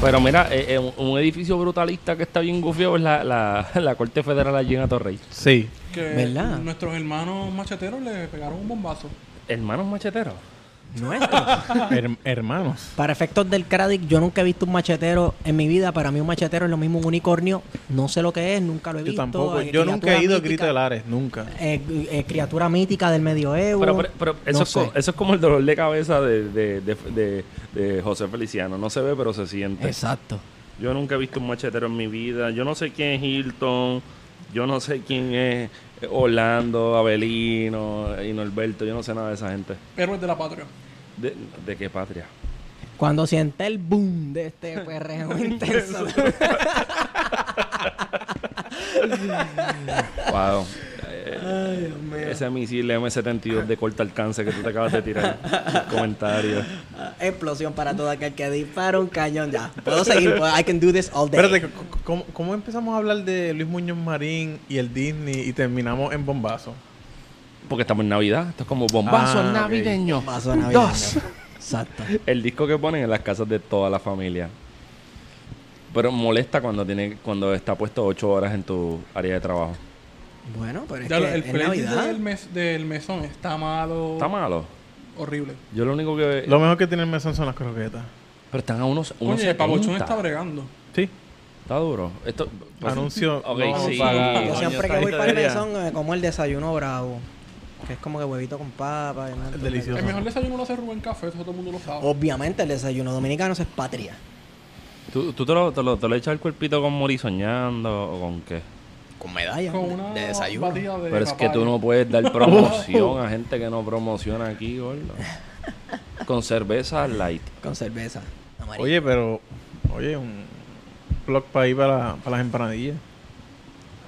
Pero mira, eh, eh, un, un edificio brutalista que está bien gufiado es la, la, la Corte Federal allí en Atorrey. Sí. que ¿Verdad? nuestros hermanos macheteros le pegaron un bombazo. Hermanos macheteros. Nuestro. Her- hermanos. Para efectos del Craddick, yo nunca he visto un machetero en mi vida. Para mí un machetero es lo mismo un unicornio. No sé lo que es, nunca lo he Yo visto. tampoco. Eh, Yo nunca he ido a Grito criatura de Lares, nunca. mítica, eh, eh, criatura mítica del medioevo. Pero, pero, pero eso, No es co- sé. eso es como el dolor de cabeza de, de, de, de- de José Feliciano. No se ve, pero se siente. Exacto. Yo nunca he visto un machetero en mi vida. Yo no sé quién es Hilton. Yo no sé quién es Orlando, Abelino y Norberto. Yo no sé nada de esa gente. Héroes de la patria. ¿De, de qué patria? Cuando siente el boom de este perreo intenso. Wow. Eh, ese misil M72 de corto alcance que tú te acabas de tirar. Comentarios. Explosión para todo aquel que dispara un cañón. Ya, puedo seguir. I can do this all day. Espérate, c- c- ¿cómo, cómo empezamos a hablar de Luis Muñoz Marín y el Disney y terminamos en bombazo? Porque estamos en Navidad. Esto es como bombazo Ah, ok. navideño. Vaso navideño. Dos. Exacto. Ah. El disco que ponen en las casas de toda la familia. Pero molesta cuando tiene cuando está puesto ocho horas en tu área de trabajo. Bueno, pero es Ya lo- que el es playlist Navidad. del, mes, del mesón está malo. Está malo. Horrible. Yo lo único que... Lo mejor que tiene el mesón son las croquetas. Pero están a unos... unos Oye, el pavochón 70. está bregando. Sí. Está duro. Esto... pues, Anuncio Ok, Ah, no sí. pagado. Yo Coño, siempre está que voy para el historia. mesón eh, como el desayuno bravo, que es como que huevito con papa. y un montón de- Delicioso. El mejor desayuno lo hace Rubén Café, eso todo el mundo lo sabe. Obviamente el desayuno dominicano eso es patria. ¿Tú, tú te, lo, te, lo, te lo echas el cuerpito con mori soñando o con qué? Con medalla. Con una de desayuno. batida de Pero es que papaya. tú no puedes dar promoción a gente que no promociona aquí, gordo. Con cerveza light. Con cerveza. amarilla. Oye, pero. Oye, un blog para ir para, para las empanadillas.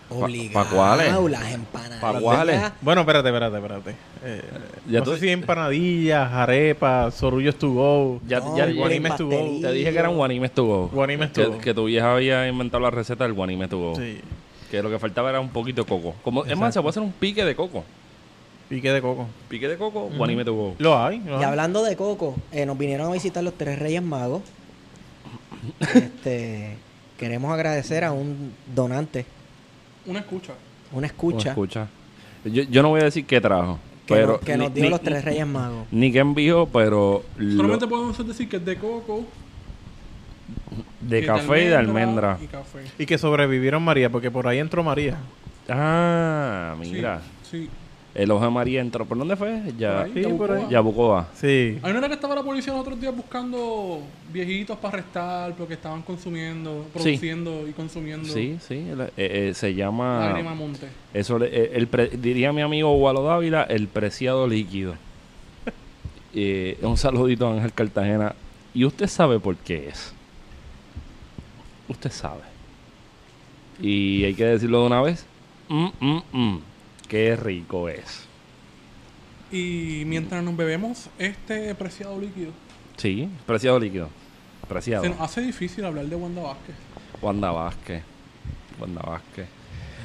Obligado, ¿pa' cuáles? Las empanadas. ¿Pa' cuáles? Bueno, espérate, espérate, espérate. Eh, Ya no tú- sé si empanadillas, arepas, sorullos to go. Ya, No, ya, el Guanime to go. Te dije que era un Guanimes to go. Guanimes to que, go. Que tu vieja había inventado la receta del Guanimes to go. Sí. Que lo que faltaba era un poquito de coco. Como, es más, se puede hacer un pique de coco. Pique de coco. Pique de coco, Guanime to go. Lo hay. lo hay. Y hablando de coco, eh, nos vinieron a visitar los tres reyes magos. Este, queremos agradecer a un donante, Una escucha. una Una escucha, escucha. Yo, yo no voy a decir qué trajo. que, pero nos, que nos ni- dio ni- los tres reyes magos. Ni qué envío, pero lo- Solamente podemos decir que es de coco. de que café y de almendra almendra. Y café. Y que sobrevivieron María, porque por ahí entró María. Ah, Sí, mira. Sí. El ojo de María entró. ¿Por dónde fue? Ya, Por ahí, Sí, por ahí. Yabucoa. Yabucoa. Sí. Hay una era que estaba la policía los otros días buscando viejitos para arrestar porque estaban consumiendo, produciendo y consumiendo Sí, sí. el- eh, eh, se lágrima llama. monte. Eso le- eh, el pre- diría mi amigo Walo Dávila, el preciado líquido. Eh, un saludito a Ángel Cartagena. Y usted sabe por qué es. Usted sabe. Y hay que decirlo de una vez. Mm, mm, mm. Qué rico es. Y mientras nos bebemos este preciado líquido, Sí, preciado líquido. se Preciado. nos hace difícil hablar de Wanda Vázquez. Wanda Vázquez. Wanda Vázquez.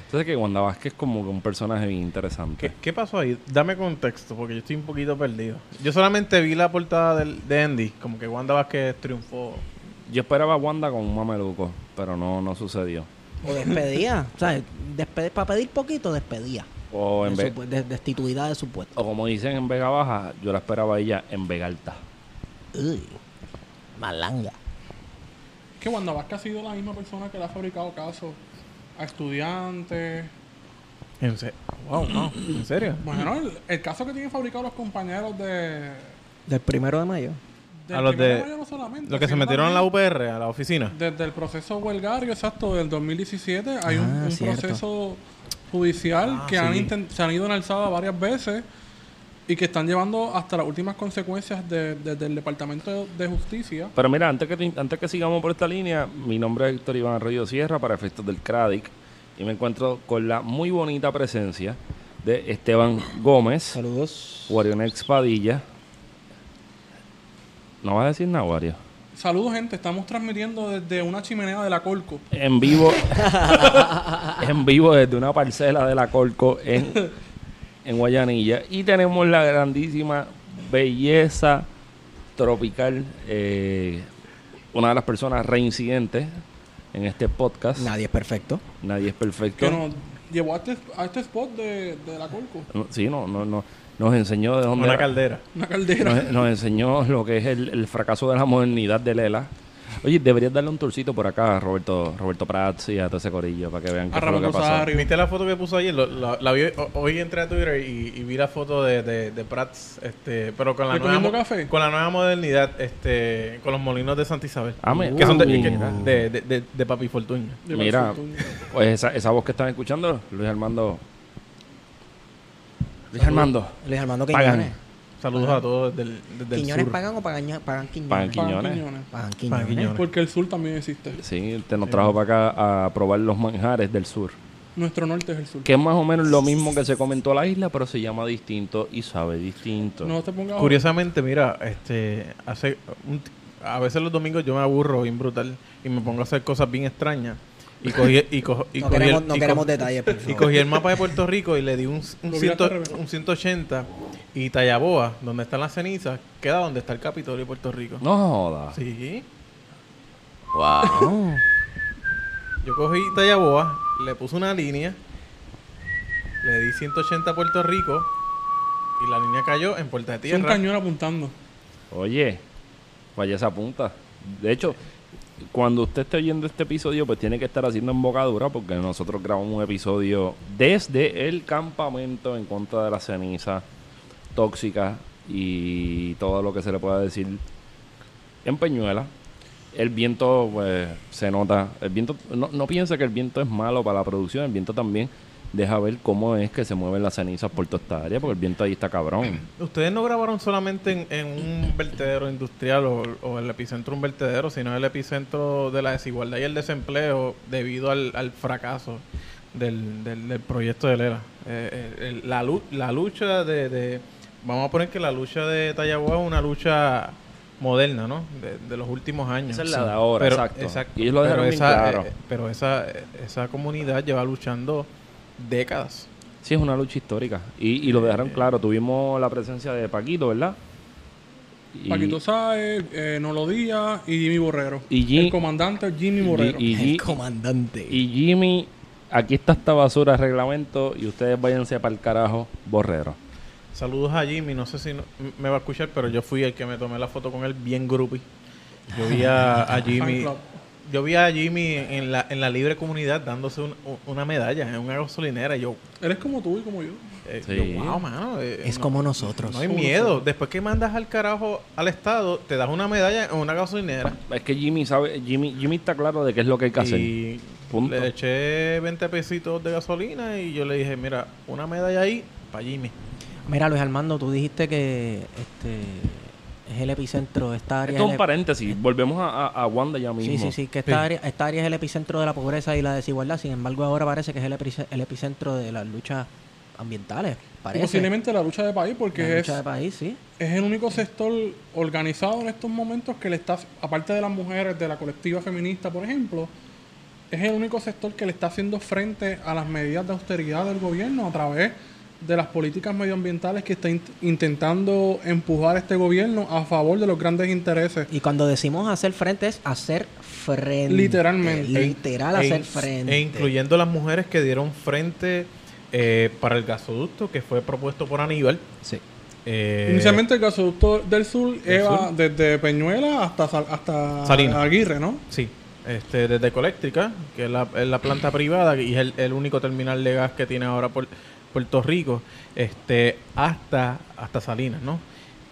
Entonces que Wanda Vázquez es como que un personaje bien interesante. ¿Qué, qué pasó ahí? Dame contexto, porque yo estoy un poquito perdido. Yo solamente vi la portada del, de Andy, como que Wanda Vázquez triunfó. Yo esperaba a Wanda con un mameluco, pero no, no sucedió. O despedía. o sea, para pedir poquito, despedía. O, en De Ve- su pu- de- destituida de su puesto. o como dicen en Vega Baja, yo la esperaba a ella en Vega Alta. Uy, malanga. Que Wanda Vázquez ha sido la misma persona que le ha fabricado casos a estudiantes. En serio. Wow, no. ¿En serio? Bueno, el, el caso que tienen fabricado los compañeros de. Del primero de mayo. del A los primero de- mayo no solamente, Los que se sino metieron a la también UPR, a la oficina. Desde el proceso huelgario, exacto, del 2017, hay un, Ah, un cierto. proceso judicial Ah, que han sí. inten- se han ido en alzada varias veces Y que están llevando hasta las últimas consecuencias de- desde el Departamento de Justicia. Pero mira, antes que, te- antes que sigamos por esta línea, mi nombre es Héctor Iván Arroyo Sierra para efectos del CRADIC y me encuentro con la muy bonita presencia de Esteban Gómez, Saludos. Warionex Padilla. No vas a decir nada, Wario. Saludos, gente. Estamos transmitiendo desde una chimenea de la Colco. En vivo, en vivo desde una parcela de la Corco en, en Guayanilla. Y tenemos la grandísima belleza tropical, eh, una de las personas reincidentes en este podcast. Nadie es perfecto. Nadie es perfecto. Que nos llevó a este, a este spot de, de la Colco. No, sí, no, no, no. Nos enseñó de dónde. Una era- caldera. Una caldera. nos, nos enseñó lo que es el, el fracaso de la modernidad de Lela. Oye, deberías darle un tourcito por acá a Roberto, Roberto Prats y a todo ese corillo para que vean qué A fue lo Ramón que pasó. Rosario. ¿Viste Ah, la foto que puso ayer? Lo- la, la vi- ho- hoy entré a Twitter y, y vi la foto de, de, de Prats, este, pero con la ¿Le nueva comiendo mo- café? con la nueva modernidad, este, con los molinos de Santa Isabel, Ah, me- que son de, uh, que- de, de, de- de Papi Fortuna. De Mira. Fortuna. Pues esa, esa voz que están escuchando, Luis Armando. Luis Armando. Luis Armando Pagan. Quiñones. Saludos a todos desde el, desde el Ah. ¿Quiñones sur. pagan o pagan, pagan Quiñones? Pagan Pan Quiñones. Quiñones. Pagan Pagan Quiñones. Porque el sur también existe. Sí, te nos trajo para acá a probar los manjares del sur. Nuestro norte es el sur. Que es más o menos lo mismo que se comentó la isla, pero se llama distinto y sabe distinto. No te pongas... Curiosamente, mira, este, hace un t- a veces los domingos yo me aburro bien brutal y me pongo a hacer cosas bien extrañas. Y cogí, y co- y No cogí el- queremos, no y co- queremos detalles, por favor. Y cogí el mapa de Puerto Rico y le di un, un, ciento- Lo viraste al revés. un 180 y Tallaboa, donde están las cenizas, queda donde está el Capitolio de Puerto Rico. No jodas. Sí. Wow. No. Yo cogí Tallaboa, le puse una línea, le di 180 a Puerto Rico y la línea cayó en Puerta de Es un Tierra. cañón apuntando. Oye, vaya esa punta. De hecho, cuando usted esté oyendo este episodio, pues tiene que estar haciendo embocadura porque nosotros grabamos un episodio desde el campamento en contra de la ceniza tóxica y todo lo que se le pueda decir en Peñuela. El viento pues, se nota. El viento no, no piensa que el viento es malo para la producción. El viento también deja ver cómo es que se mueven las cenizas por toda esta área porque el viento ahí está cabrón. Ustedes no grabaron solamente en, en un vertedero industrial o, o el epicentro de un vertedero, sino el epicentro de la desigualdad y el desempleo debido al, al fracaso del, del- del proyecto de Lela. Eh, eh, el- la, lu- la lucha de, de- Vamos a poner que la lucha de Tallaboa es una lucha moderna, ¿no? De, de los últimos años. Esa es la de ahora, exacto. Y ellos lo pero dejaron bien esa, claro. eh, pero esa, eh, esa comunidad lleva luchando décadas. Sí, es una lucha histórica. Y, Eh, y lo dejaron claro. Tuvimos la presencia de Paquito, ¿verdad? Y- Paquito Sáez, eh, Nolo Díaz y Jimmy Borrero. Y Jim- el comandante Jimmy y- Borrero. y- El comandante. Y Jimmy, aquí está esta basura de reglamento y ustedes váyanse para el carajo, borrero. Saludos a Jimmy, no sé si no- m- me va a escuchar, pero yo fui el que me tomé la foto con él bien groupie. Yo vi a, a Fan Jimmy. club. Yo vi a Jimmy en la, en la libre comunidad dándose un- u- una medalla en una gasolinera. Y yo, Él es como tú y como yo. eh, Sí. yo, wow, mano. eh, es no- como nosotros. No hay miedo. Después que mandas al carajo al Estado, te das una medalla en una gasolinera. Es que Jimmy sabe, Jimmy, Jimmy está claro de qué es lo que hay que hacer. Y Punto. le eché 20 pesitos de gasolina y yo le dije, mira, una medalla ahí para Jimmy. Mira, Luis Armando, tú dijiste que este es el epicentro, esta área. Esto es es un el- paréntesis. Volvemos a, a- a Wanda ya mismo. Sí, sí, sí, que esta, área, esta área es el epicentro de la pobreza y la desigualdad. Sin embargo, ahora parece que es el, epice- el epicentro de las luchas ambientales. Y Parece. posiblemente la lucha de país porque la es, lucha de país, sí. es el único sector organizado en estos momentos que le está, aparte de las mujeres de la colectiva feminista, por ejemplo, es el único sector que le está haciendo frente a las medidas de austeridad del gobierno a través de las políticas medioambientales que está int- intentando empujar este gobierno a favor de los grandes intereses. Y cuando decimos hacer frente es hacer frente. Eh, Literalmente. Literal, E hacer in- frente. E incluyendo las mujeres que dieron frente eh, para el gasoducto que fue propuesto por Aníbal. Sí. Eh, Inicialmente el gasoducto del sur iba sur? desde Peñuela hasta, Sal- hasta Salinas. Aguirre, ¿no? Sí, este, desde Ecoeléctrica, que es la, es la planta privada y es el, el único terminal de gas que tiene ahora Puer- Puerto Rico, este, hasta, hasta Salinas, ¿no?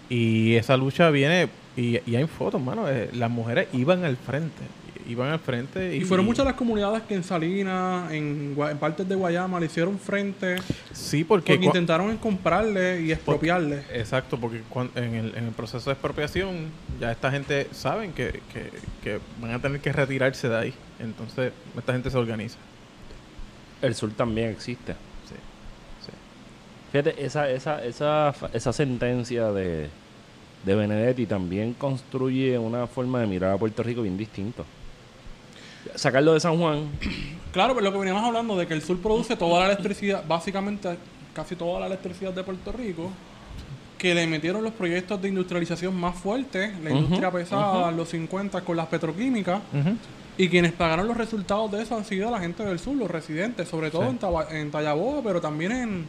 Y esa lucha viene, y, y hay fotos, mano, eh, las mujeres iban al frente. Y, iban al frente. Y, Y fueron muchas las comunidades que en Salinas, en, Gua- en partes de Guayama, le hicieron frente Sí, porque porque. cua- intentaron comprarle y expropiarle. Exacto, porque cuan- en, el, en el proceso de expropiación ya esta gente saben que, que- que van a tener que retirarse de ahí. Entonces, esta gente se organiza. El sur también existe. Sí. Fíjate, esa, esa, esa, esa sentencia de, de Benedetti también construye una forma de mirar a Puerto Rico bien distinto. Sacarlo de San Juan, Claro, pero lo que veníamos hablando de que el sur produce toda la electricidad, básicamente casi toda la electricidad de Puerto Rico, que le metieron los proyectos de industrialización más fuertes, la industria pesada, los 50 con las petroquímicas, y quienes pagaron los resultados de eso han sido la gente del sur, los residentes, sobre todo en, Taba- en Tallaboa, pero también en,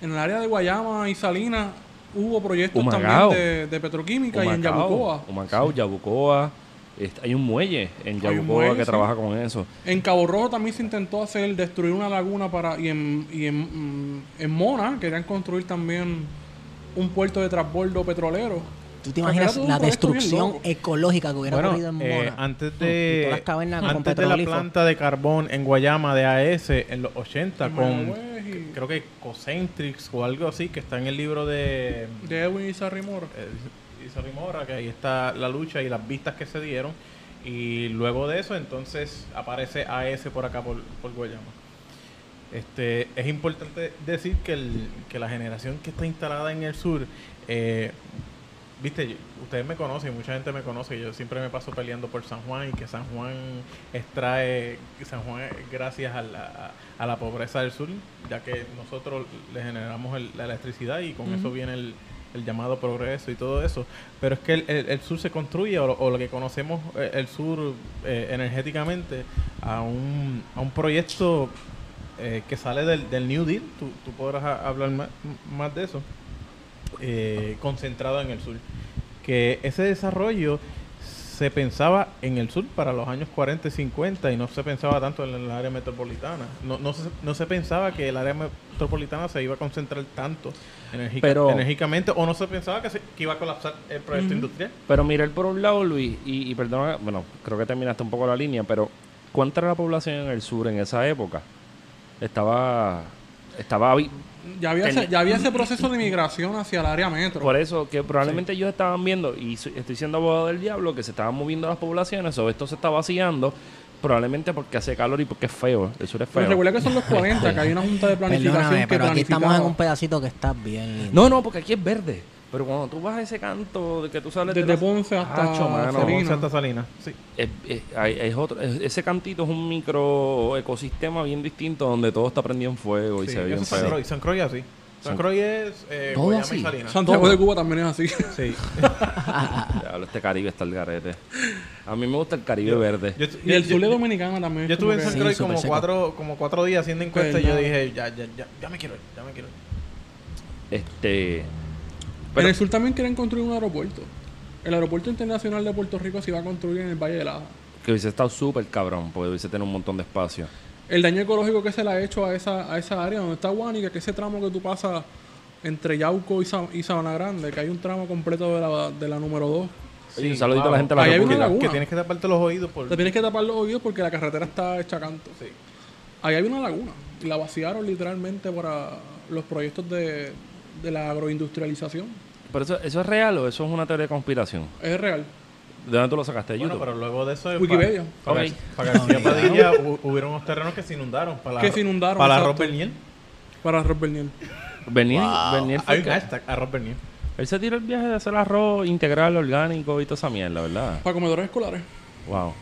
en el área de Guayama y Salinas hubo proyectos Humacao. también de, de petroquímica y en Yabucoa. Humacao, Humacao, Yabucoa. Este, hay un muelle en Hay un Yabucoa muelle, que sí. trabaja con eso. En Cabo Rojo también se intentó hacer destruir una laguna para y en, y en, mm, en Mona querían construir también un puerto de transbordo petrolero. ¿Tú te O sea, que era imaginas todo un la proyecto bien destrucción loco. ecológica que hubiera Bueno, ocurrido en eh, Mona? antes Y de, todas las cavernas con antes de la petroglifos. planta de carbón en Guayama de AES en los 80 En con, Mayagüez y- creo que Cocentrix o algo así, que está en el libro de... De Edwin y Sarrimor. eh, Isa Rimora, que ahí está la lucha y las vistas que se dieron. Y luego de eso, entonces aparece AS por acá, por, por Guayama. Este, es importante decir que, el- que la generación que está instalada en el sur, eh, viste, yo- ustedes me conocen, mucha gente me conoce, yo siempre me paso peleando por San Juan y que San Juan extrae, que San Juan es gracias a la, a la pobreza del sur, ya que nosotros le generamos el- la electricidad y con eso viene el, el llamado progreso y todo eso. Pero es que el, el- el sur se construye, o, lo- o lo que conocemos eh, el sur eh, energéticamente, a un, a un proyecto eh, que sale del, del New Deal, tú, tú podrás a- hablar ma- más, de eso, eh, concentrado en el sur. Que ese desarrollo se pensaba en el sur para los años 40 y 50 y no se pensaba tanto en el área metropolitana. No, no, se, no se pensaba que el área metropolitana se iba a concentrar tanto enérgica- Pero- enérgicamente o no se pensaba que, se- que iba a colapsar el proyecto industrial. Pero mirar por un lado, Luis, y, y perdona, bueno, creo que terminaste un poco la línea, pero ¿cuánta era la población en el sur en esa época? Estaba. Estaba. vi- Ya había, el- ese, ya había ese proceso de migración hacia el área metro. Por eso que probablemente ellos estaban viendo, y soy- estoy siendo abogado del diablo, que se estaban moviendo las poblaciones, o esto se está vaciando, probablemente porque hace calor y porque es feo. El sur es pero feo. recuerda que son los 40, que hay una junta de planificación Perdóname, que pero aquí estamos en planificaba un pedacito que está bien lindo. No, no, porque aquí es verde. Pero cuando tú vas a ese canto de que tú sales desde de la- Ponce hasta Acho, mano. Salinas. Ponce hasta Salinas, sí. Es- es- hay- es otro- es- ese cantito es un micro ecosistema bien distinto donde todo está prendido en fuego y Sí, se ve eso bien es San feo. Croix, San Croix así. San San- Croix es eh, Todo Guayama así. y Salinas. Santiago de Cuba también es así. Sí. Diablo, este Caribe está el garete. A mí me gusta el Caribe verde. Yo, yo- y el yo- sur de yo- Dominicana también. es yo estuve en como San que- Sí, Croix súper como seco. cuatro, como cuatro días haciendo encuestas y yo Verdad. dije, ya, ya, ya, ya me quiero ir, ya me quiero ir. Este. En Pero- el sur también quieren construir un aeropuerto. El aeropuerto internacional de Puerto Rico se iba a construir en el Valle de Laja. Que hubiese estado súper cabrón, porque hubiese tenido un montón de espacio. el daño ecológico que se le ha hecho a esa, a esa área donde está Guánica, que ese tramo que tú pasas entre Yauco y, Sa- y Sabana Grande, que hay un tramo completo de la, de la número 2. Oye, un saludito a la gente de la Ahí hay una República. laguna. Que tienes que taparte los oídos por... Te tienes que tapar los oídos porque la carretera está hecha canto. Ahí hay una laguna y la vaciaron literalmente para los proyectos de, de la agroindustrialización. Pero eso, eso es real o eso es una teoría de conspiración. Es real. ¿De dónde tú lo sacaste? ¿De Bueno, YouTube? pero luego de eso... Wikipedia. Para, Ok. para García Padilla hu- hubieron unos terrenos que se inundaron. Para la- Que se inundaron, Para arroz exacto. Bernier. Para Rob Bernier. Bernier- Bernier Ah, fue Hay el un que- hashtag, arroz Bernier. Él se tiró el viaje de hacer arroz integral, orgánico y toda esa mierda, ¿verdad? Para comedores escolares. Wow.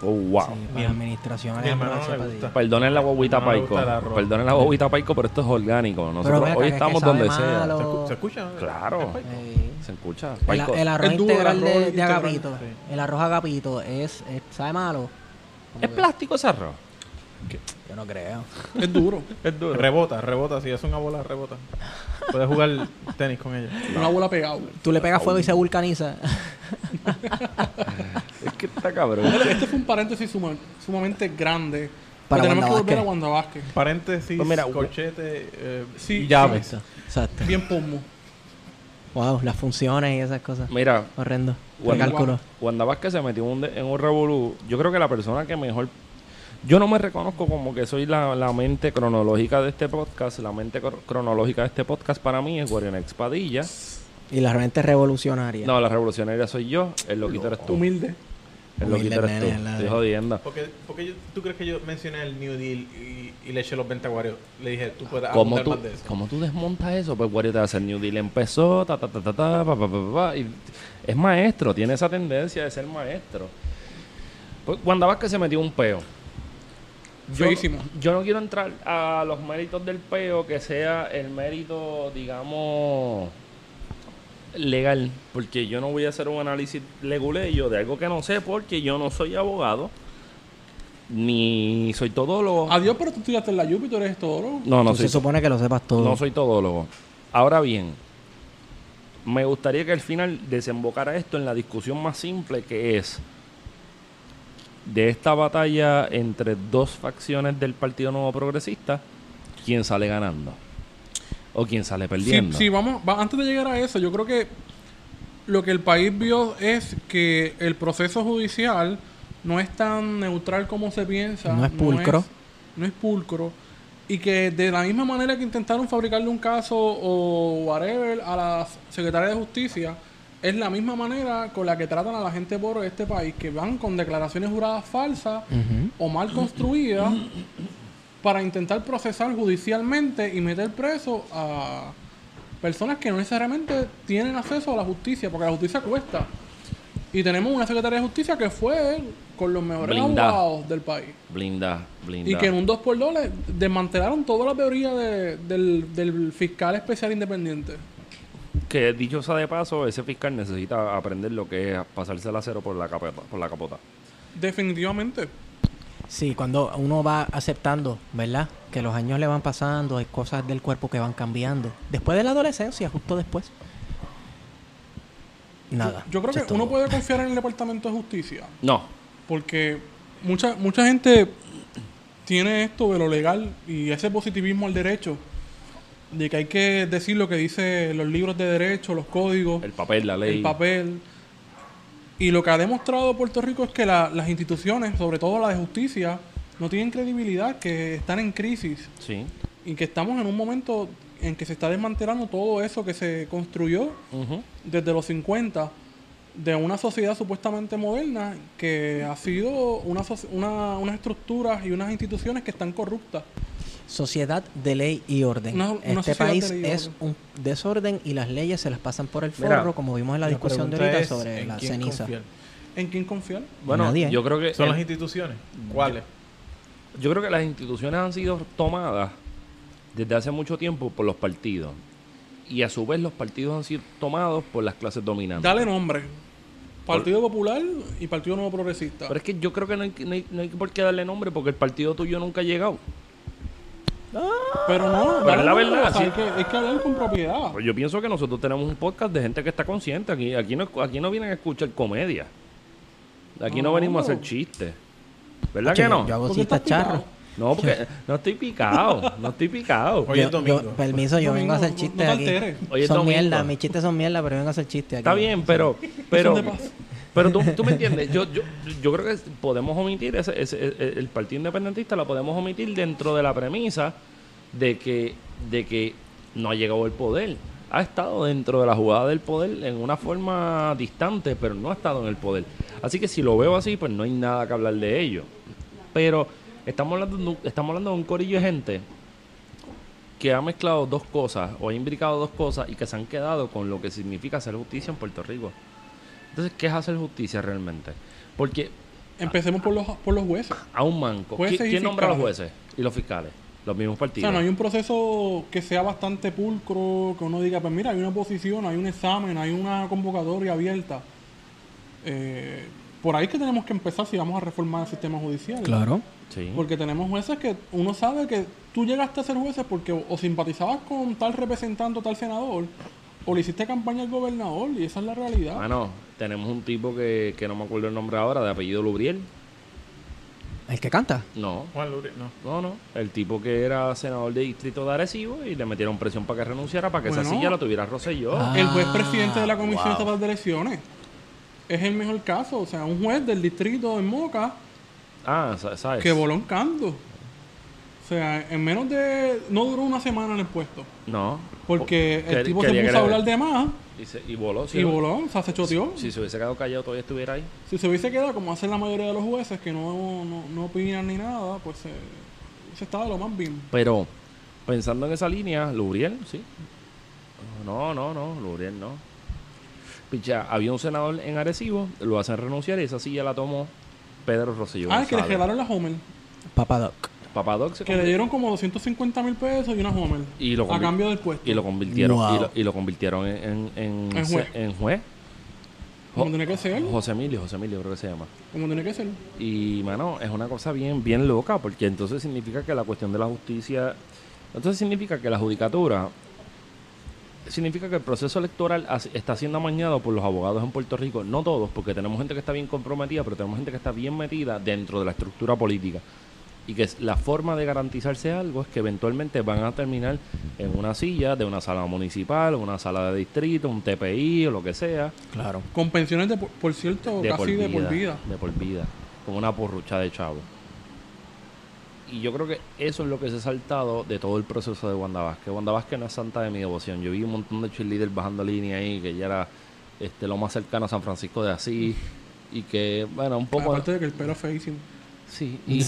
Oh, wow. Sí, para la administración Mi Alejandro hermano no García le Padilla. gusta. Perdonen la guaguita No me Paico. gusta el arroz. Perdonen la guaguita Paico, pero esto es orgánico. Nosotros ven acá, hoy que es que estamos sabe donde sea. malo. ¿Se, escu- se escucha? Claro. Sí. Se escucha. El, Paico. el arroz El dúo del integral arroz de, de integral, Agapito. sí. El arroz Agapito es, es- sabe malo. ¿Es plástico ese arroz? Yo no creo. Es duro. Es duro. Rebota, rebota. Si es una bola, rebota. Puedes jugar tenis con ella. Una bola pegada. Tú le pegas fuego y se vulcaniza. Es que está cabrón. Este fue un paréntesis suma- sumamente grande. Para tenemos que Wanda volver a Vázquez. Wanda Vázquez. Paréntesis, Pues mira, corchete, eh, Sí, llaves. Exacto. Bien pomo. Wow, las funciones y esas cosas. Mira, Horrendo. Guau. El cálculo. Wanda Vázquez se metió un de- en un revolú. Yo creo que la persona que mejor... Yo no me reconozco como que soy la, la mente cronológica de este podcast. La mente cro- cronológica de este podcast para mí es Guardián Expadilla. Y la gente revolucionaria. No, la revolucionaria soy yo. El loquito eres tú. Humilde. El loquito Humilde, eres tú. nene, la de- Estoy jodiendo. ¿Por qué, por qué yo- tú crees que yo mencioné el New Deal y, y le eché los 20 a Wario? Le dije, tú puedes ¿Cómo abundar tú, más de eso. ¿Cómo tú desmontas eso? Pues Wario te hace el New Deal. Empezó, ta, ta, ta, ta, ta, pa, pa, pa, pa, pa, y es maestro, tiene esa tendencia de ser maestro. Pues Wanda Vázquez se metió un peo. Yo, Feísimo. yo no quiero entrar a los méritos del peo que sea el mérito, digamos, legal, porque yo no voy a hacer un análisis leguleyo de algo que no sé, porque yo no soy abogado, ni soy todólogo. Adiós, pero tú estudiaste en la Yupi, tú eres todólogo. No, no Tú soy se supone que lo sepas todo. no soy todólogo. Ahora bien, me gustaría que al final desembocara esto en la discusión más simple que es de esta batalla entre dos facciones del Partido Nuevo Progresista, quién sale ganando o quién sale Sí, perdiendo. sí, vamos, va- antes de llegar a eso, yo creo que lo que el país vio es que el proceso judicial no es tan neutral como se piensa. No es pulcro. No es, no es pulcro. Y que de la misma manera que intentaron fabricarle un caso o whatever a la secretaria de justicia, es la misma manera con la que tratan a la gente pobre de este país, que van con declaraciones juradas falsas Ujú. o mal construida para intentar procesar judicialmente y meter preso a personas que no necesariamente tienen acceso a la justicia, porque la justicia cuesta. Y tenemos una secretaria de justicia que fue con los mejores Blindada. abogados del país. Blinda, blinda. Y que en un 2x2 le desmantelaron toda la teoría de- del, del fiscal especial independiente. Que dicho sea de paso, ese fiscal necesita aprender lo que es pasarse el acero por la capota. Por la capota. Definitivamente. Sí, cuando uno va aceptando, ¿verdad? Que los años le van pasando, hay cosas del cuerpo que van cambiando. Después de la adolescencia, justo después. Nada. Yo creo eso es que uno todo. puede confiar en el Departamento de Justicia. No, Porque mucha, mucha gente tiene esto de lo legal y ese positivismo al derecho, de que hay que decir lo que dicen los libros de derecho, los códigos, el el, papel, la ley. papel. Y lo que ha demostrado Puerto Rico es que la- las instituciones, sobre todo la de justicia, no tienen credibilidad, que están en crisis Sí. y que estamos en un momento en que se está desmantelando todo eso que se construyó Ujú. desde los 50 de una sociedad supuestamente moderna que ha sido una, soci- una- unas estructuras y unas instituciones que están corruptas. Sociedad de ley y orden. Una- una este sociedad país de ley y es orden. un desorden y las leyes se las pasan por el Mira, forro, como vimos en la discusión de pregunta ahorita es, sobre ¿en la quién ceniza. confiar? ¿En quién confiar? Bueno, Nadie. ¿eh? yo creo que ¿Son el- las instituciones? ¿Cuáles? Eh, Yo creo que las instituciones han sido tomadas desde hace mucho tiempo por los partidos. Y a su vez los partidos han sido tomados por las clases dominantes. Dale nombre. Partido Popular y Partido Nuevo Progresista. Pero es que yo creo que no hay, no hay- no hay por qué darle nombre porque el partido tuyo nunca ha llegado. Pero no, Pero es la nombre, verdad, o sea, sí. hay, que, hay que hablar con propiedad. Pues yo pienso que nosotros tenemos un podcast de gente que está consciente. Aquí, aquí, no, aquí no vienen a escuchar comedia. Aquí no, No. venimos a hacer chistes. ¿Verdad Che, que yo- no? Yo hago ¿Por qué citas estás picado? charras. No, porque no estoy picado. No estoy picado. Hoy es Yo- yo- domingo. permiso, yo vengo a hacer No, no chistes te aquí. alteres. Hoy es son domingo. mierda, mis chistes son mierda, pero vengo a hacer chistes aquí. Está bien, pero pero de paz. pero tú, tú me entiendes, yo, yo, yo creo que podemos omitir ese, ese- el el Partido Independentista la podemos omitir dentro de la premisa de que de que no ha llegado el poder. Ha estado dentro de la jugada del poder en una forma distante, pero no ha estado en el poder. Así que si lo veo así, pues no hay nada que hablar de ello. Pero estamos hablando, de un- estamos hablando de un corillo de gente que ha mezclado dos cosas o ha imbricado dos cosas y que se han quedado con lo que significa hacer justicia en Puerto Rico. Entonces, ¿qué es hacer justicia realmente? Porque Empecemos por los, por los jueces. a un manco, ¿qui- Jueces y ¿quién, nombra a los fiscales. jueces y los fiscales? Los mismos O partidos. sea, no hay un proceso que sea bastante pulcro, que uno diga, pues mira, hay una posición, hay un examen, hay una convocatoria abierta. Eh, por ahí es que tenemos que empezar si vamos a reformar el sistema judicial. Claro. Sí. Porque tenemos jueces que uno sabe que tú llegaste a ser jueces porque o o simpatizabas con tal representante o tal senador, o le hiciste campaña al gobernador, y esa es la realidad. Mano, tenemos un tipo que, que no me acuerdo el nombre ahora, de apellido Lubriel. El que canta. No, Juan Lurie, no. no, no. El tipo que era senador de distrito de Arecibo y le metieron presión para que renunciara para que esa Bueno. silla la tuviera Rosselló. Ah, el juez presidente de la Comisión wow. Estatal de Elecciones es el mejor caso. O sea, un juez del distrito en Moca Ah, sa- ¿sabes? que voló en canto. O sea, en menos de. No duró una semana en el puesto. No. Porque Oh, Quer- el tipo se quería que le- puso a hablar de más Y, se- y voló. sí. y voló, o sea, se choteó. Si se hubiese quedado callado todavía estuviera ahí. Si se hubiese quedado, como hacen la mayoría de los jueces, que no, no, no opinan ni nada, pues se, se estaba de lo más bien. Pero pensando en esa línea, Luriel, sí. No, no, no, Luriel no. Picha, había un senador en Arecibo, lo hacen renunciar y esa silla la tomó Pedro Rosselló. Ah, es que le González. gelaron la Homer. Papadoc. Papadoc se Que le convirtió- dieron como 250 mil pesos y una Homer. Y lo a convi- cambio del puesto. y lo convirtieron Wow. y, lo, y lo convirtieron en, en, en, En juez. en juez. Como tiene que ser. José Emilio, José Emilio creo que se llama. Como tiene que ser. Y, mano, es una cosa bien, bien loca, porque entonces significa que la cuestión de la justicia. Entonces significa que la judicatura. Significa que el proceso electoral as- está siendo amañado por los abogados en Puerto Rico. No todos, porque tenemos gente que está bien comprometida, pero tenemos gente que está bien metida dentro de la estructura política. Y que es- la forma de garantizarse algo es que eventualmente van a terminar en una silla de una sala municipal, una sala de distrito, un TPI o lo que sea Claro. Con pensiones, de, por- por cierto, de casi por, de vida, por vida. de por vida, Con una porrucha de chavo. Y yo creo que eso es lo que se ha saltado de todo el proceso de Wanda Vázquez. Wanda Vázquez no es santa de mi devoción. Yo vi un montón de cheerleaders bajando línea ahí, que ya era este, lo más cercano a San Francisco de Asís. Y que, bueno, un poco. Aparte de que el pelo es feísimo. Sí, y, y-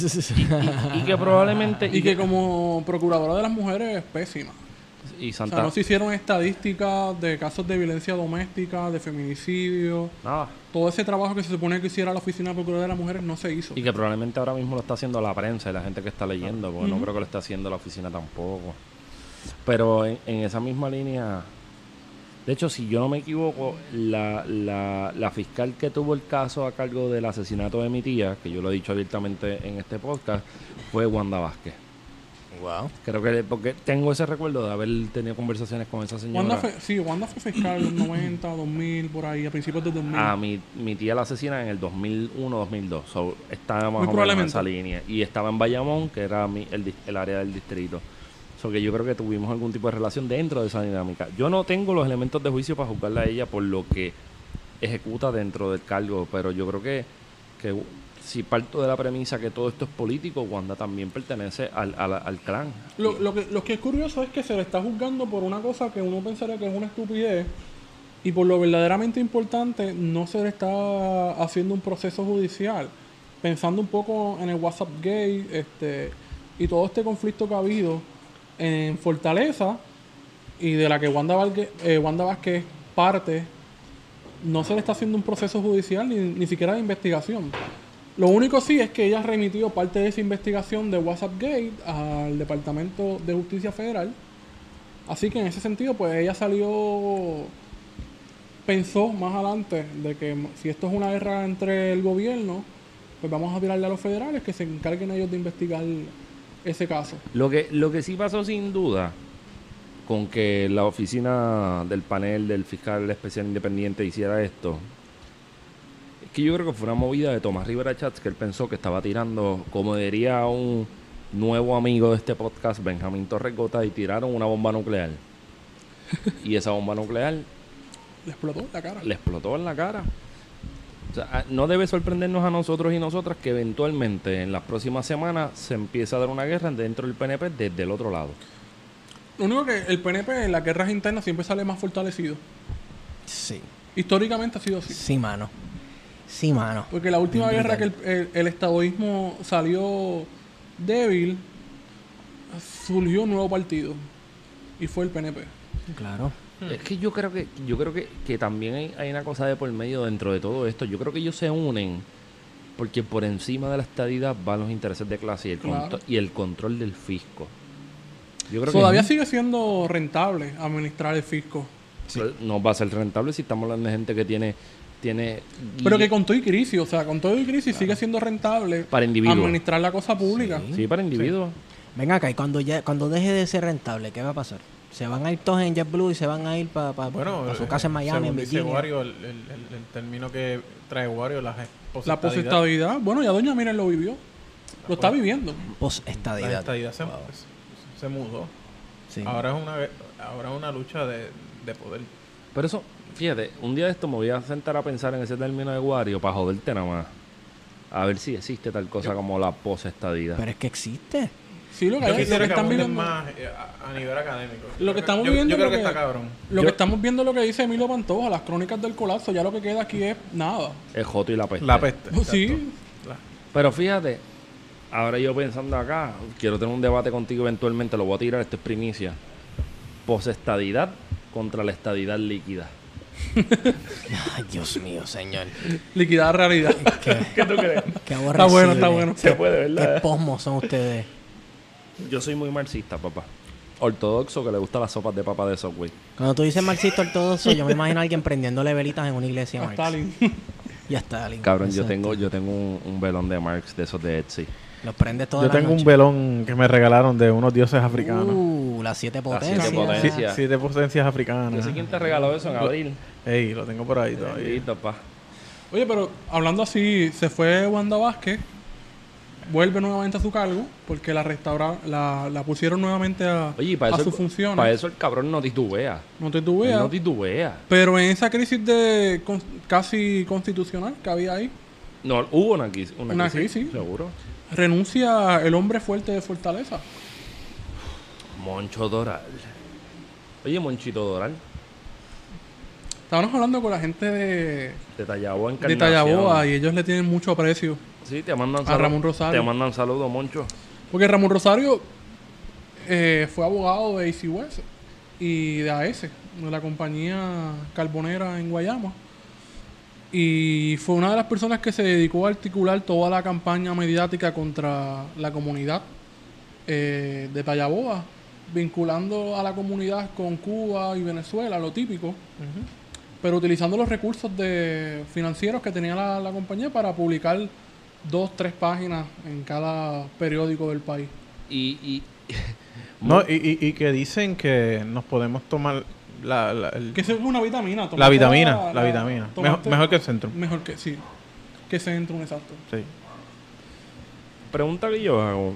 y que probablemente. Y que como procuradora de las mujeres es pésima. y O Santa. sea, Ah, no se hicieron estadísticas de casos de violencia doméstica, de feminicidio. Nada. Todo ese trabajo que se supone que hiciera la Oficina Procuradora de las Mujeres no se hizo. Y que probablemente ahora mismo lo está haciendo la prensa y la gente que está leyendo, porque no creo que lo esté haciendo la oficina tampoco. Pero en, en esa misma línea, de hecho, si yo no me equivoco, la, la- la fiscal que tuvo el caso a cargo del asesinato de mi tía, que yo lo he dicho abiertamente en este podcast, fue Wanda Vázquez. Wow. Creo que le- porque tengo ese recuerdo de haber tenido conversaciones con esa señora. Wanda fue, sí, Wanda fue fiscal en los 90, 2000, por ahí, a principios del 2000. A Ah, mi, mi tía la asesina en el 2001-2002. So, estaba más Muy o menos en probablemente. esa línea. Y estaba en Bayamón, que era mi- el, dis- el área del distrito. So, que yo creo que tuvimos algún tipo de relación dentro de esa dinámica. Yo no tengo los elementos de juicio para juzgarla a ella por lo que ejecuta dentro del cargo, pero yo creo que, que si parto de la premisa que todo esto es político, Wanda también pertenece al, al, al clan. Lo, lo que, lo que es curioso es que se le está juzgando por una cosa que uno pensaría que es una estupidez y por lo verdaderamente importante no se le está haciendo un proceso judicial. Pensando un poco en el WhatsApp gay este, y todo este conflicto que ha habido en Fortaleza y de la que Wanda, Valgue- eh, Wanda Vázquez es parte, no se le está haciendo un proceso judicial ni, ni siquiera de investigación. Lo único sí es que ella ha remitido parte de esa investigación de WhatsApp Gate al Departamento de Justicia Federal. Así que en ese sentido, pues ella salió, pensó más adelante de que m- si esto es una guerra entre el gobierno, pues vamos a tirarle a los federales que se encarguen ellos de investigar ese caso. Lo que, lo que sí pasó sin duda con que la oficina del panel del fiscal especial independiente hiciera esto, es que yo creo que fue una movida de Tomás Rivera Chats que él pensó que estaba tirando, como diría un nuevo amigo de este podcast, Benjamín Torres Gota, y tiraron una bomba nuclear. y esa bomba nuclear Le explotó la cara. le explotó en la cara. O sea, a- no debe sorprendernos a nosotros y nosotras que eventualmente en las próximas semanas se empieza a dar una guerra dentro del PNP desde el otro lado. Lo único que el PNP en las guerras internas siempre sale más fortalecido. Sí. Históricamente ha sido así. Sí, mano. Sí, mano. Pues, Porque la última Bien guerra que el, el, el estadoísmo salió débil, surgió un nuevo partido. Y fue el PNP. Claro. Hmm. Es que yo creo que yo creo que, que también hay, hay una cosa de por medio dentro de todo esto. Yo creo que ellos se unen porque por encima de la estadidad van los intereses de clase y el, Claro. contro- y el control del fisco. Yo creo Todavía que sigue siendo rentable administrar el fisco. no va a ser rentable si estamos hablando de gente que tiene tiene Pero que con todo y crisis, o sea, con todo y crisis sigue siendo rentable Para individuos. administrar la cosa pública. sí para individuos. Ven acá, y cuando ya, cuando deje de ser rentable, ¿qué va a pasar? Se van a ir todos en JetBlue y se van a ir para Bueno, su casa en eh, Miami, en según dice Virginia. Wario, el, el- el- el término que trae Wario, la La posestabilidad. Bueno, ya Doña Miren lo vivió. Lo está viviendo. Pues, La Postestadidad. estadidad se, Wow. se mudó. Sí. Ahora es una ahora es una lucha de, de poder. Pero eso, fíjate, un día de esto me voy a sentar a pensar en ese término de Wario para joderte nada más. A ver si existe tal cosa como la posestadidad. Pero es que existe. Sí, lo que, Yo hay- lo que quisiera que están abunden viviendo. más eh, a, a nivel académico. Lo que estamos yo, viviendo Yo creo es que lo está que- cabrón. Lo Yo- que estamos viendo es lo que dice Emilio Pantoja, las crónicas del colapso. Ya lo que queda aquí es nada. El joto y la peste. La peste. Sí. Pero fíjate, ahora yo pensando acá, quiero tener un debate contigo eventualmente, lo voy a tirar, esto es primicia. Posestadidad contra la estadidad líquida. Ay, Dios mío, señor. Liquidar realidad. ¿Qué tú crees? Qué Está bueno, está aborrecible. bueno. Se puede, Qué ¿verdad? posmos son ustedes. Yo soy muy marxista, papá. Ortodoxo que le gusta las sopas de papa de Subway. Cuando tú dices marxista ortodoxo, yo me imagino a alguien prendiéndole velitas en una iglesia. A Marx. Stalin. Y a Stalin. Cabrón, yo Exacto. tengo, yo tengo un, un velón de Marx de esos de Etsy. Los prende todas Yo las tengo un noches. velón que me regalaron de unos dioses africanos. Uh, las siete potencias. siete potencias. Sí, sí, de potencias africanas. ¿Quién te regaló eso en abril? Ey, lo tengo por ahí todavía. Bendito, papá. Oye, pero hablando así, se fue Wanda Vázquez, vuelve nuevamente a su cargo, porque la restaura, la, la pusieron nuevamente a, Oye, y para a eso, sus funciones. para eso el cabrón no titubea. No te Él tuve No titubea. Pero en esa crisis de con- casi constitucional que había ahí, No, hubo una crisis. Una, Una crisis. Seguro. renuncia el hombre fuerte de Fortaleza. Moncho Doral. Oye, Monchito Doral. Estábamos hablando con la gente de, De Tallaboa de Encarnación. Tallaboa y ellos le tienen mucho aprecio. Sí, te mandan A saludos. Ramón Rosario. Te mandan saludos, Moncho. Porque Ramón Rosario eh, fue abogado de AC West y de AS, de la compañía carbonera en Guayama. Y fue una de las personas que se dedicó a articular toda la campaña mediática contra la comunidad eh, de Tallaboa, vinculando a la comunidad con Cuba y Venezuela, lo típico, pero utilizando los recursos de financieros que tenía la, la compañía para publicar dos, tres páginas en cada periódico del país. Y, y No, y, y, y que dicen que nos podemos tomar la, la, el- Que eso es una vitamina. la tomate vitamina. La, vitamina. Mejor, tomate- mejor que el centro. Mejor que, sí. Que Centrum, exacto. Sí. pregunta que yo hago.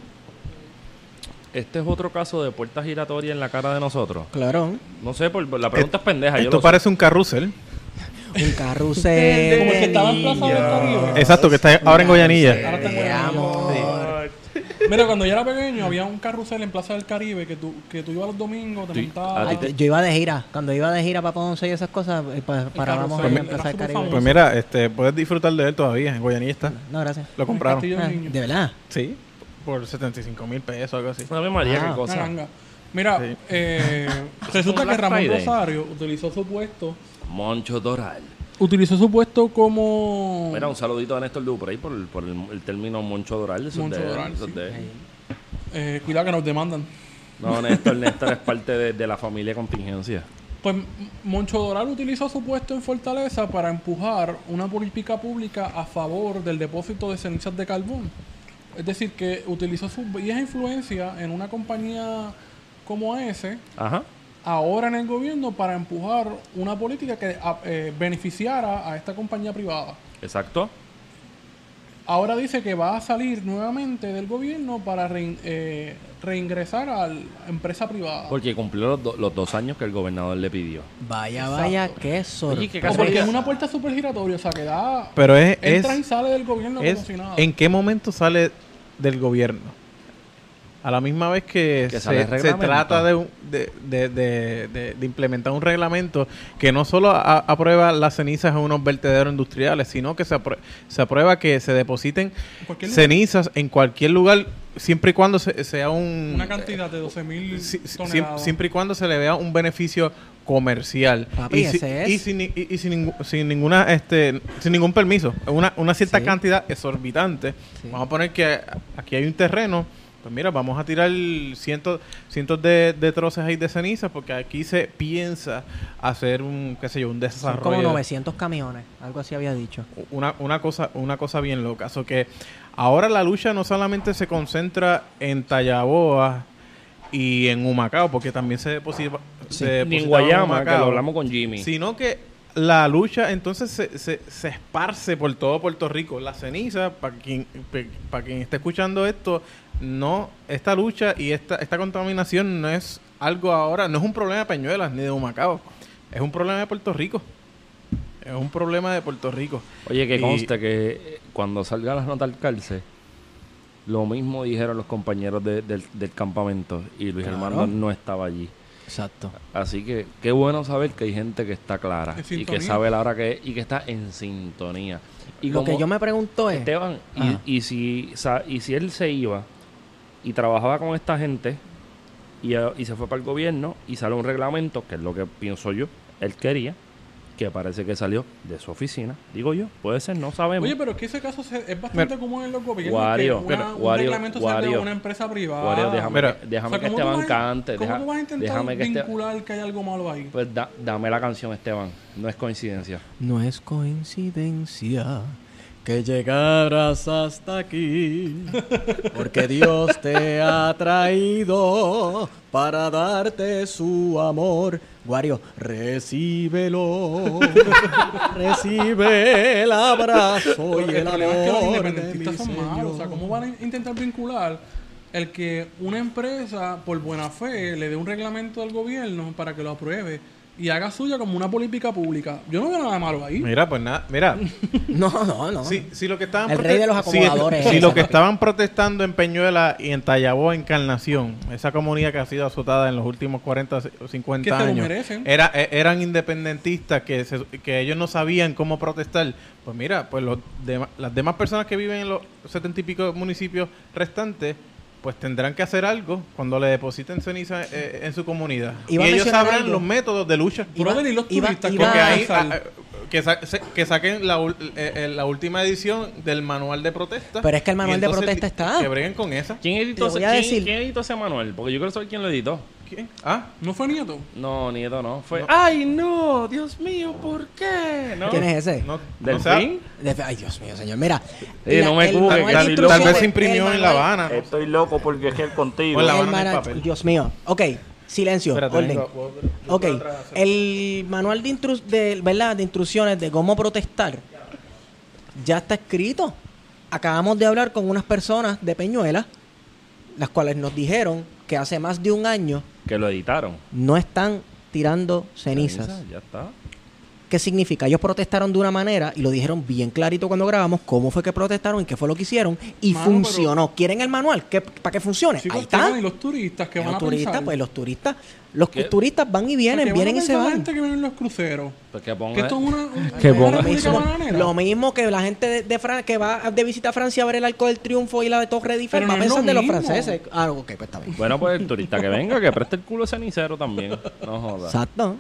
Este es otro caso de puerta giratoria en la cara de nosotros. Claro. No sé, por, por- la pregunta es pendeja. yo Esto lo sé. parece un carrusel. Un Eh, carrusel. Como el que estaba en Plaza del Caribe. Exacto, que está ahora en Goyanilla. Ahora está en Eh, Guayanilla. amor. Mira, cuando yo era pequeño había un carrusel en Plaza del Caribe que tú, que tú ibas los domingos, te Sí, montabas. a ti Ay, Yo iba de gira. Cuando iba de gira para Ponce y esas cosas, eh, pa- parábamos carrusel, en era Plaza del súper Caribe. famoso. Pues mira, este, puedes disfrutar de él todavía. En Goyanilla está. No, gracias. Lo en el compraron. Castillo del Ah, Niño. de verdad. Sí, por 75 mil pesos, algo así. Ave María, Ah. qué cosa. Naranja. Mira, Sí. eh, resulta Black que Ramón Friday. Rosario utilizó su puesto. Moncho Doral. Utilizó su puesto como. Mira, un saludito a Néstor Duprey por, el- por el, el término Moncho Doral. eso es Moncho de- Doral, eso es sí. de- Eh, cuidado que nos demandan. No, Néstor, Néstor es parte de, de la familia contingencia. Pues M- Moncho Doral utilizó su puesto en Fortaleza para empujar una política pública a favor del depósito de cenizas de carbón. Es decir, que utilizó su vieja influencia en una compañía como ese, Ajá. ahora en el gobierno, para empujar una política que a- eh, beneficiara a esta compañía privada. Exacto. Ahora dice que va a salir nuevamente del gobierno para rein- eh, reingresar a la empresa privada. Porque cumplió los, do- los dos años que el gobernador le pidió. Vaya, vaya, qué Oye, qué sorpresa. O porque casualidad. es una puerta super giratoria, o sea, que da... Pero es, es, Entra y sale del gobierno como es si nada. en qué momento sale del gobierno. A la misma vez que, Que se, sale el se reglamento. trata de, un- de, de- de- de- de implementar un reglamento que no solo a- aprueba las cenizas en unos vertederos industriales, sino que se, aprue- se aprueba que se depositen Cualquier lugar. cenizas en cualquier lugar, siempre y cuando se- sea un, Una cantidad de 12 mil Si- si- siem- toneladas. siempre y cuando se le vea un beneficio comercial Papi, y, si- ese es. y sin, ni- y- y sin ningú- sin ninguna este sin ningún permiso una, una cierta Sí. cantidad exorbitante Sí. vamos a poner que aquí hay un terreno pues mira vamos a tirar cientos cientos de, de troces ahí de cenizas porque aquí se piensa hacer un qué sé yo un Son como desarrollo 900 camiones. Algo así había dicho. una, una cosa una cosa bien loca so que ahora la lucha no solamente se concentra en Tallaboa y en Humacao porque también se deposita, se Ni deposita en en Guayama, que Humacao, lo hablamos con Jimmy. sino que la lucha entonces se, se, se esparce por todo Puerto Rico. La ceniza, para quien, pe- pa' quien esté escuchando esto, no, esta lucha y esta, esta contaminación no es algo ahora, no es un problema de Peñuelas ni de Humacao, es un problema de Puerto Rico. Es un problema de Puerto Rico. Oye, que Y- conste que eh, cuando salga la nota al cárcel, lo mismo dijeron los compañeros de- del, del campamento y Luis Claro. Armando no estaba allí. Exacto. Así que qué bueno saber que hay gente que está clara En y sintonía. que sabe la hora que es y que está en sintonía. Y Lo que como yo me pregunto es, Esteban, y- Ajá. y, si, sa- y si él se iba y trabajaba con esta gente y, eh, y se fue para el gobierno y sale un reglamento, que es lo que pienso yo, él quería, que parece que salió de su oficina, digo yo, puede ser, no sabemos. Oye, pero es que ese caso se- es bastante común en los gobiernos. Wario, que pero- una, un Wario, reglamento se Wario, de una empresa privada. Wario, déjame, Mira. que- ah, O déjame sea, que ¿cómo tú Esteban vas a- cante. ¿Cómo deja- tú vas a intentar déjame que este Esteban- vincular que hay algo malo ahí? Pues da- dame la canción, Esteban. No es coincidencia. no es coincidencia que llegaras hasta aquí, porque Dios te ha traído para darte su amor. Wario, recíbelo, recibe el abrazo Pero y el el problema es que los amor de independentistas mi son malos. O sea, Señor. ¿cómo van a in- intentar vincular el que una empresa, por buena fe, le dé un reglamento al gobierno para que lo apruebe y haga suya como una política pública? Yo no veo nada malo ahí. Mira, pues nada, mira, No, no, no. si, si lo que estaban El prote- rey de los si- acomodadores Si, es lo ese, que papi. estaban protestando en Peñuela y en Tallabó, Encarnación, esa comunidad que ha sido azotada en los últimos 40 o 50 Que se lo años, merecen. era, e- eran independentistas que, se- que ellos no sabían cómo protestar. Pues mira, pues los dema- las demás personas que viven en los setenta y pico municipios restantes, pues tendrán que hacer algo cuando le depositen ceniza eh, en su comunidad. Y, Iba a ellos mencionar sabrán algo. los métodos de lucha. Iba- Brother, y los iba- turistas, iba- ¿cómo Porque van a ahí pensar? ah, ah, que, sa- se- que saquen la, ul- eh, eh, la última edición del manual de protesta. Pero es que el Y manual de entonces protesta di- está. Que breguen con esa. ¿Quién editó, Te ese, voy a quién- decir- quién editó ese manual? Porque yo quiero saber quién lo editó. ¿Quién? Ah, ¿No fue Nieto? No, Nieto no. Fue. No. ¡Ay, no! ¡Dios mío! ¿Por qué? ¿No? ¿Quién es ese? no, ¿Del no sea- fin? De- Ay, Dios mío, señor. Mira. Eh, no me el juzgue, manual Carlos, de tal instrucciones- Tal vez se imprimió el en La manual- Habana. Estoy loco por viajar contigo. O en La el Habana no hay manual- papel. Dios mío. Ok, silencio. Espérate, orden. tengo- voy- voy- voy Ok, atrás a hacer- el manual de, instru- de, ¿verdad? de instrucciones de cómo protestar ya está escrito. Acabamos de hablar con unas personas de Peñuela, las cuales nos dijeron que hace más de un año Que lo editaron. no están tirando cenizas. Ceniza, Ya está. ¿Qué significa? Ellos protestaron de una manera y lo dijeron bien clarito cuando grabamos cómo fue que protestaron y qué fue lo que hicieron y Mano, funcionó. ¿Quieren el manual? ¿Qué- ¿Para que funcione? Chicos, Ahí está. Esteban, ¿Y los turistas que los van a turistas, pensar? pues los turistas, los ¿Qué? turistas van y vienen, ¿Qué van a vienen y se pensar la van. gente que viene en los cruceros? Pues que ponga. Que esto es una, un- Que una ponga- Lo república mismo, bananera. lo mismo que la gente de, de Fran- que va de visita a Francia a ver el Arco del Triunfo y la de Torre Eiffel, Pero va a no es lo pensar de los mismo. franceses. Ah, ok, pues está bien. Bueno, pues el turista que venga, que preste el culo cenicero también. No jodas. Exacto.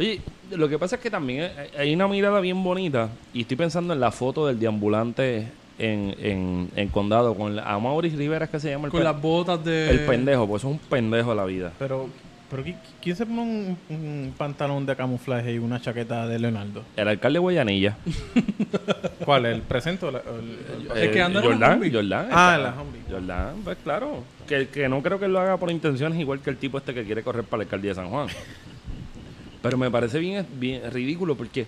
Oye, lo que pasa es que también eh, hay una mirada bien bonita. Y estoy pensando en la foto del deambulante en, en, en Condado con la- a Maurice Rivera, es que se llama el, Con pe- las botas de... el pendejo. Pues es un pendejo de la vida. Pero, pero ¿qui- ¿quién se pone un, un pantalón de camuflaje y una chaqueta de Leonardo? El alcalde de Guayanilla. ¿Cuál? ¿El presente o la- o el- el- El que anda en un Eh, Jordán, Humvee. Jordán. Ah, está- la Humvee. Jordán, pues claro. Que, que no creo que lo haga por intenciones, igual que el tipo este que quiere correr para la alcaldía de San Juan. Pero me parece bien, bien ridículo porque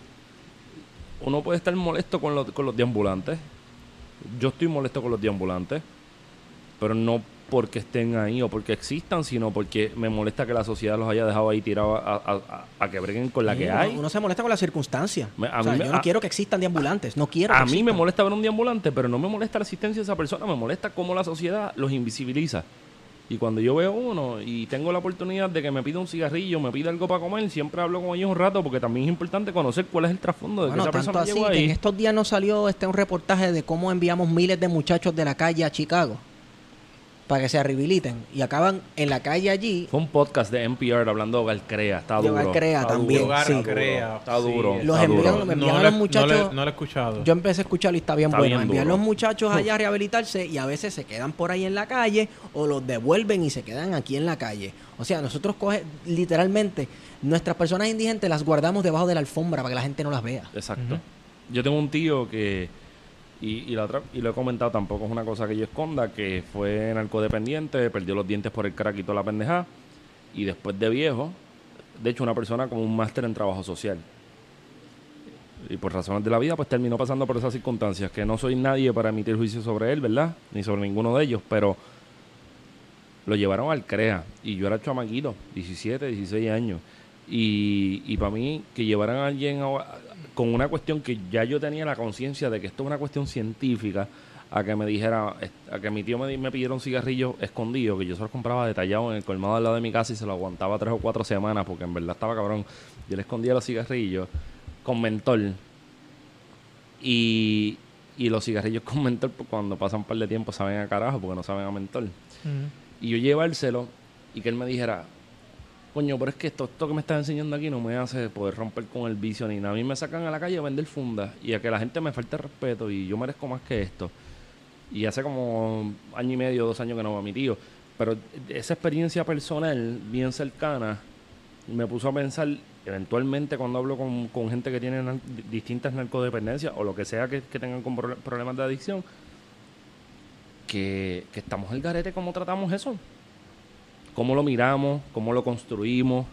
uno puede estar molesto con, los- con los deambulantes. Yo estoy molesto con los deambulantes. Pero no porque estén ahí o porque existan, sino porque me molesta que la sociedad los haya dejado ahí tirados a, a- a- a que breguen con la Sí, que uno, hay. uno se molesta con las circunstancias. Me- a O sea, mí me- yo no a- quiero que existan de ambulantes, no quiero. A que mí existan. me molesta ver un deambulante, pero no me molesta la existencia de esa persona, me molesta cómo la sociedad los invisibiliza. Y cuando yo veo uno y tengo la oportunidad de que me pida un cigarrillo, me pida algo para comer, siempre hablo con ellos un rato porque también es importante conocer cuál es el trasfondo de Bueno, que esa tanto persona así llegó que en ahí. estos días nos salió este un reportaje de cómo enviamos miles de muchachos de la calle a Chicago para que se rehabiliten y acaban en la calle allí. Fue un podcast de NPR hablando de Hogar Crea, está De duro. Hogar Crea está también, duro, sí. está duro, está duro, Los está duro. envían- me enviaron los he- muchachos- No, lo he escuchado. Yo empecé a escucharlo y está bien Está bueno. bien Envían duro. los muchachos allá a rehabilitarse y a veces se quedan por ahí en la calle o los devuelven y se quedan aquí en la calle. O sea, nosotros coge, literalmente nuestras personas indigentes las guardamos debajo de la alfombra para que la gente no las vea. Exacto. Yo tengo un tío que, y, y la otra, y lo he comentado, tampoco es una cosa que yo esconda, que fue narcodependiente, perdió los dientes por el crack y toda la pendejada, y después de viejo, de hecho una persona con un máster en trabajo social, y por razones de la vida, pues terminó pasando por esas circunstancias, que no soy nadie para emitir juicio sobre él, ¿verdad? Ni sobre ninguno de ellos, pero lo llevaron al CREA y yo era chamaquito, 17, 16 años. Y, y para mí, que llevaran a alguien a- a- con una cuestión que ya yo tenía la conciencia de que esto es una cuestión científica, a que me dijera, a que mi tío me, di- me pidiera un cigarrillo escondido, que yo se lo compraba detallado en el colmado al lado de mi casa y se lo aguantaba tres o cuatro semanas, porque en verdad estaba cabrón. Yo le escondía los cigarrillos con mentol. Y, y los cigarrillos con mentol, pues, cuando pasan un par de tiempo, saben a carajo, porque no saben a mentol y yo llevárselo y que él me dijera, coño, pero es que esto, esto que me estás enseñando aquí no me hace poder romper con el vicio ni nada. A mí me sacan a la calle a vender fundas y a que la gente me falte respeto y yo merezco más que esto. Y hace como año y medio, dos años que no va mi tío. Pero esa experiencia personal bien cercana me puso a pensar, eventualmente cuando hablo con, con gente que tiene nar- distintas narcodependencias o lo que sea que, que tengan con pro- problemas de adicción, que, que estamos al garete cómo tratamos eso. Cómo lo miramos, cómo lo construimos.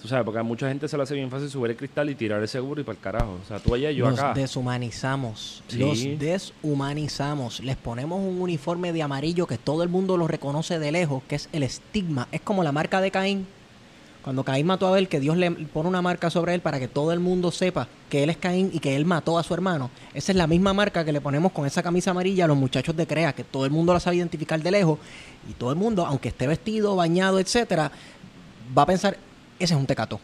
Tú sabes, porque a mucha gente se le hace bien fácil subir el cristal y tirar el seguro y para el carajo. O sea, tú allá, yo los acá. deshumanizamos. Sí. Los deshumanizamos. Les ponemos un uniforme de amarillo que todo el mundo lo reconoce de lejos, que es el estigma. Es como la marca de Caín. Cuando Caín mató a Abel, que Dios le pone una marca sobre él para que todo el mundo sepa que él es Caín y que él mató a su hermano. Esa es la misma marca que le ponemos con esa camisa amarilla a los muchachos de CREA, que todo el mundo la sabe identificar de lejos. Y todo el mundo, aunque esté vestido, bañado, etcétera, va a pensar, ese es un tecato.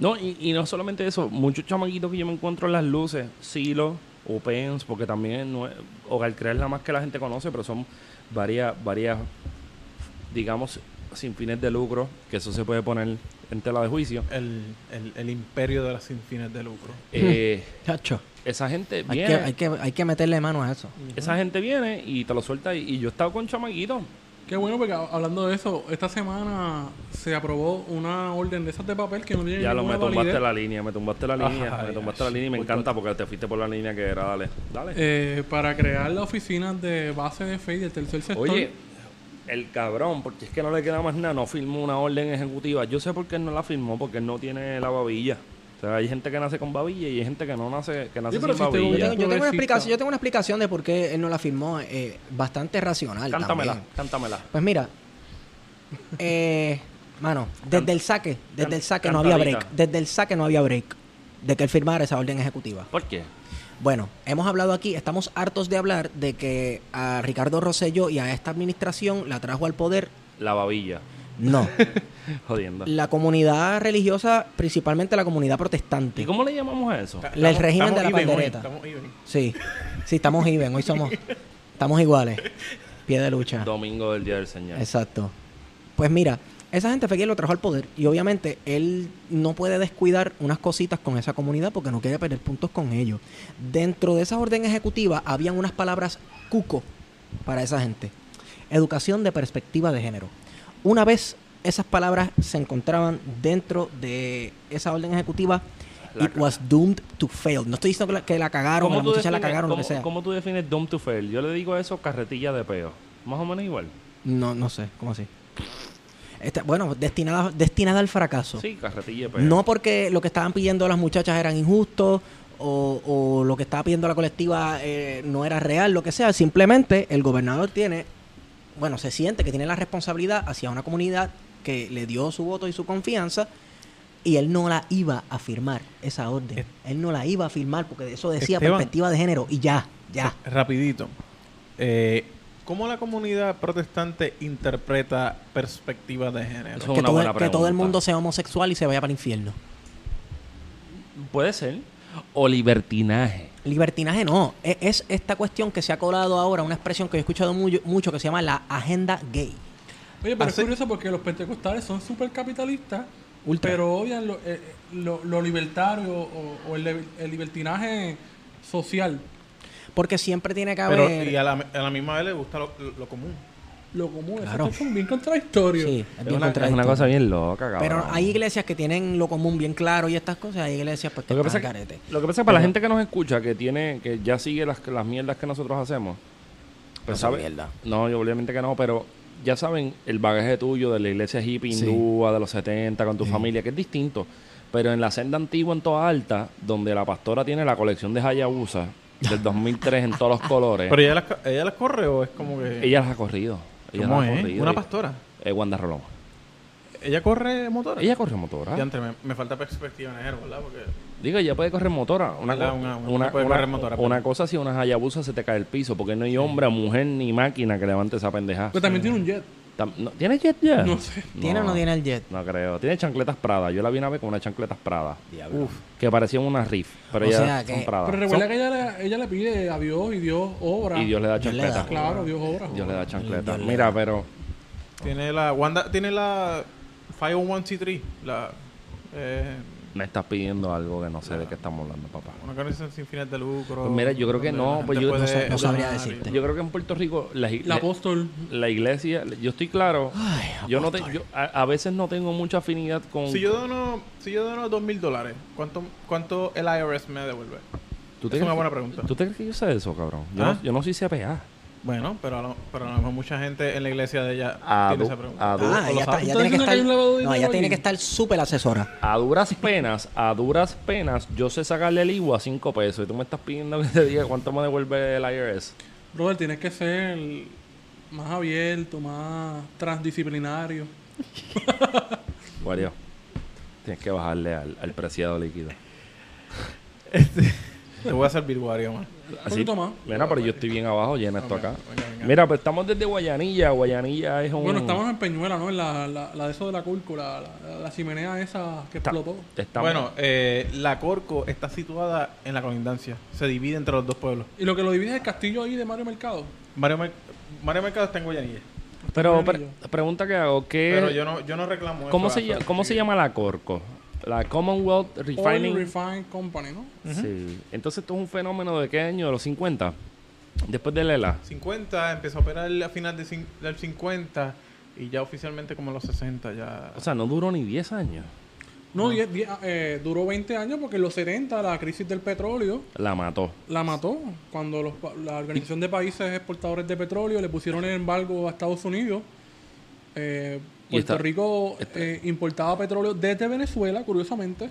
No, y, y no solamente eso, muchos chamaquitos que yo me encuentro en las luces, Silo, Opens, porque también no es, Hogar Crear es la más que la gente conoce, pero son varias, varias, digamos, sin fines de lucro, que eso se puede poner en tela de juicio. El, el, el imperio de las sin fines de lucro. Eh, Chacho, esa gente hay viene, que, hay, que, hay que meterle mano a eso. esa gente viene y te lo suelta. Y, y yo he estado con chamaquitos. Qué bueno, porque ha- hablando de eso, esta semana se aprobó una orden de esas de papel que no tiene Ya lo ninguna me tumbaste validez, la línea, me tumbaste la línea, Ajá, me ya, tumbaste la línea y me encanta porque te fuiste por la línea que era, dale, dale. eh, para crear las oficinas de base de FEI del tercer sector. Oye, el cabrón, porque es que no le queda más nada, no firmó una orden ejecutiva. Yo sé por qué él no la firmó, porque él no tiene la babilla. O sea, hay gente que nace con babilla y hay gente que no nace, que nace Sí, pero sin si te- Yo babilla. tengo, yo tengo una Progresista. explicación, yo tengo una explicación de por qué él no la firmó, eh, bastante racional. Cántamela, también. cántamela. Pues mira, eh, mano, desde el saque, desde el saque no había cantadita. break, desde el saque no había break de que él firmara esa orden ejecutiva. ¿Por qué? Bueno, hemos hablado aquí, estamos hartos de hablar de que a Ricardo Rosello y a esta administración la trajo al poder. La babilla. No, Jodiendo. la comunidad religiosa, principalmente la comunidad protestante. ¿Y cómo le llamamos a eso? El régimen de la even hoy, pandereta. estamos even. Sí, sí, estamos even, hoy somos, estamos iguales, pie de lucha. Domingo del Día del Señor. Exacto. Pues mira, esa gente fue quien lo trajo al poder y obviamente él no puede descuidar unas cositas con esa comunidad porque no quiere perder puntos con ellos. Dentro de esa orden ejecutiva habían unas palabras cuco para esa gente. Educación de perspectiva de género. Una vez esas palabras se encontraban dentro de esa orden ejecutiva, La it was doomed to fail. No estoy diciendo que la, que la cagaron, o la tú muchacha la defines- cagaron, lo cómo- que sea. cómo tú defines Dom to Fail? Yo le digo eso carretilla de peo. Más o menos igual. No, no sé, ¿cómo así? Está- bueno, destinada, destinada al fracaso. Sí, pues. carretilla de peo. No porque lo que estaban pidiendo las muchachas eran injustos o, o lo que estaba pidiendo la colectiva eh, no era real, lo que sea. Simplemente el gobernador tiene, bueno, se siente que tiene la responsabilidad hacia una comunidad que le dio su voto y su confianza y él no la iba a firmar esa orden. Es- Él no la iba a firmar porque eso decía Esteban. perspectiva de género y ya, ya. Rapidito. Eh, ¿Cómo la comunidad protestante interpreta perspectiva de género? Eso- Que una todo, buena el- que todo el pregunta. mundo sea homosexual y se vaya para el infierno. Puede ser. O libertinaje. Libertinaje no, E- es, esta cuestión que se ha colado ahora, una expresión que yo he escuchado muy- mucho que se llama la agenda gay. Oye, pero Hace- es curioso porque los pentecostales son súper capitalistas, Ultra. pero odian lo, eh, lo- lo libertario o, o el, li- el libertinaje social, Porque siempre tiene que haber... Pero y a la, a la misma vez le gusta lo, lo- lo común. lo común. Claro. Eso son bien contradictorios. Sí, Es es bien una, es una contradictorio. cosa bien loca, cabrón. Pero hay iglesias que tienen lo común bien claro y estas cosas, hay iglesias pues, que Lo que, pasa están es que, carete. lo que pasa es que para la gente que nos escucha, que tiene, que ya sigue las, las mierdas que nosotros hacemos, pues son sabe- mierda. No, yo obviamente que no, pero ya saben el bagaje tuyo de la iglesia hippie hindúa de los 70 con tu familia, que es distinto. Pero en la senda antigua en Toa Alta, donde la pastora tiene la colección de Hayabusa del 2003 en todos los colores, Pero ella las, ca- ella las corre o es como que. ella las ha corrido. Ella ¿Cómo las ha es? corrido. Una Y- pastora. eh, Wanda Rolón. Ella corre motora. Ella corre motora. Diantre, me, me falta perspectiva en eso, ¿verdad? Porque. Digo, ella puede correr motora. Una, ¿Verdad? co- Una- una, una puede una- correr motora, una pero- cosa, si una Hayabusa se te cae el piso, porque no hay hombre, mujer ni máquina que levante esa pendeja. Pero también tiene un jet. Tam- no- ¿Tiene jet ya? No sé. ¿Tiene o no tiene el jet? No creo. Tiene chancletas Prada. Yo la vi una vez con unas chancletas Prada. Uf. Que parecían una riff. Pero O ella sea que- son Prada. Pero recuerda que ella le, ella le pide a Dios y Dios obra. Y Dios le da Dios le chancletas. da. Claro, Dios obra. Dios le da chancletas. Dios le Mira, da. pero... Tiene la. Wanda tiene la 501c3. La. Eh, Me estás pidiendo algo que no sé de qué estamos hablando, papá. una organización sin fines de lucro. Pues mira, yo creo que donde no, la pues gente yo- no puede sé, no sabría donar y- decirte. Yo creo que en Puerto Rico la, ig- El la- apóstol. la iglesia... Yo estoy claro. yo no te, yo a, a veces no tengo mucha afinidad con... Si yo dono, si yo dono dos mil dólares, ¿cuánto, ¿cuánto el IRS me devuelve? ¿Tú te es una crees buena que- pregunta. ¿Tú te crees que yo sé de eso, cabrón? Yo, ¿Ah? no, yo no soy CPA. Bueno, pero a lo, pero a lo mejor mucha gente en la iglesia de ella Ah, tiene du- esa pregunta. ah, du- Ah, ¿O lo ella, está- sabe? ella ¿Tú tiene que dices que estar, hay un lavado de no, ella dinero tiene ahí? que estar súper asesora. A duras penas, a duras penas, yo sé sacarle el IWA a 5 pesos y tú me estás pidiendo que te diga cuánto me devuelve el IRS. Brother, tienes que ser más abierto, más transdisciplinario. Guario, tienes que bajarle al, al preciado líquido. Te voy a servir Wario, man. Así, poquito más. Mira, pero yo estoy bien abajo, llena esto acá. venga, venga. Mira, pues estamos desde Guayanilla. Guayanilla es un... Mm. Bueno, estamos en Peñuela, ¿no? En la, la, la de eso de la cúrcula, la, la chimenea esa que Está- explotó. estamos- Bueno, eh, la Corco está situada en la colindancia. Se divide entre los dos pueblos. Y lo que lo divide es el castillo ahí de Mario Mercado. Mario, Mer- Mario Mercado está en Guayanilla. pero Guayanilla. pre- pregunta que hago, ¿qué... Pero yo no, yo no reclamo Eh, ¿Cómo, eso, se, eso, llama- así ¿Cómo se que- llama la Corco? La Commonwealth Refining... Oil Refined Company, ¿no? Sí. Entonces, esto es un fenómeno de qué año? De los 50. Después de Lela. 50, empezó a operar a final de cin- del 50 y ya oficialmente como los 60 ya... O sea, no duró ni 10 años. Ah. No, diez- diez- eh, duró 20 años porque en los 70 la crisis del petróleo La mató. la mató. Cuando los pa- la Organización de Países Exportadores de Petróleo le pusieron el embargo a Estados Unidos, eh, Y Puerto está- Rico eh, importaba petróleo desde Venezuela, curiosamente.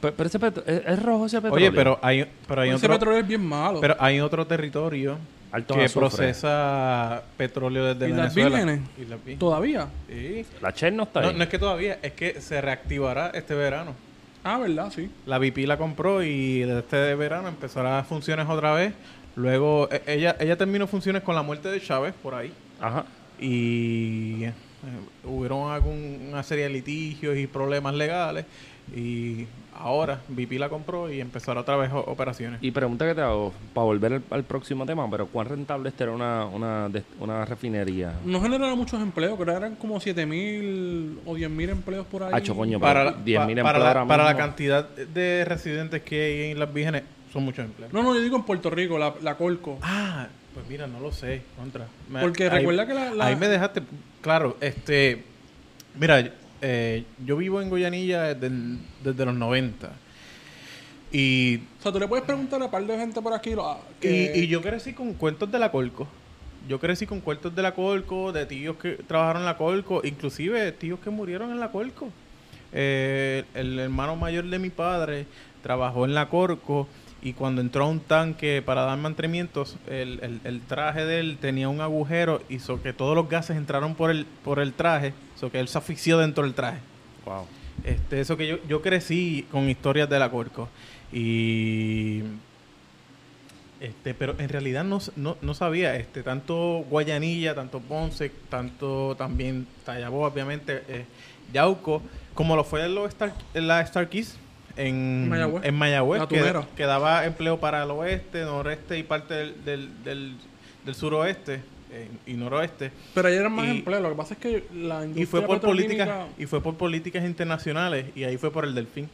Pe- Pero ese petro- es, es rojo ese petróleo. Oye, pero hay, pero hay Ese otro... petróleo es bien malo. Pero hay otro territorio Alto en que azufre. procesa petróleo desde ¿Islas Venezuela. Vírgenes? Islas Vírgenes. Todavía. Sí. La Cher no está No, ahí. no es que todavía, es que se reactivará este verano. Ah, ¿verdad? Sí. La VIP la compró y desde este verano empezará funciones otra vez. Luego, e- ella, ella terminó funciones con la muerte de Chávez por ahí. Ajá. Y eh, hubieron algún- una serie de litigios y problemas legales. Y ahora VIP la compró y empezará otra vez o- operaciones. Y pregunta que te hago, para volver al, al próximo tema, pero ¿cuán rentable este era una, una, de- una refinería? No generaron muchos empleos, creo que eran como 7.000 o 10.000 empleos por ahí. Hacho, coño, para, pero la- 10.000 pa- para empleos la, ahora para la mismo. cantidad de residentes que hay en las vírgenes, son muchos empleos. No, no, yo digo en Puerto Rico, la, la Colco. Ah, pues mira, no lo sé, contra. Me- Porque ahí- recuerda que la- la- Ahí me dejaste, claro, este... Mira, eh, yo vivo en Goyanilla desde, el- desde los 90. Y, O sea, tú le puedes preguntar a un par de gente por aquí. lo- ah, y, que- y yo crecí con cuentos de la Colco. Yo crecí con cuentos de la Colco, de tíos que trabajaron en la Colco, inclusive tíos que murieron en la Colco. Eh, el hermano mayor de mi padre trabajó en la Corco y cuando entró a un tanque para dar mantenimientos, el, el- el traje de él tenía un agujero y so que todos los gases entraron por el, por el traje, so que él se asfixió dentro del traje. Wow. Este, eso que yo, yo crecí con historias de la Corco. Y. Este, pero en realidad no, s- no, no sabía. Este, tanto Guayanilla, tanto Ponce, tanto también Tallaboa, obviamente, eh, Yauco, como lo fue los Star- la Star Keys en Mayagüez. en Mayagüez, La que, Tunera. que daba empleo para el oeste, noreste y parte del, del, del- del suroeste eh, y noroeste Pero ahí eran más y- empleos. Lo que pasa es que la industria y fue por petroquímica- políticas y fue por políticas internacionales y ahí fue por el delfín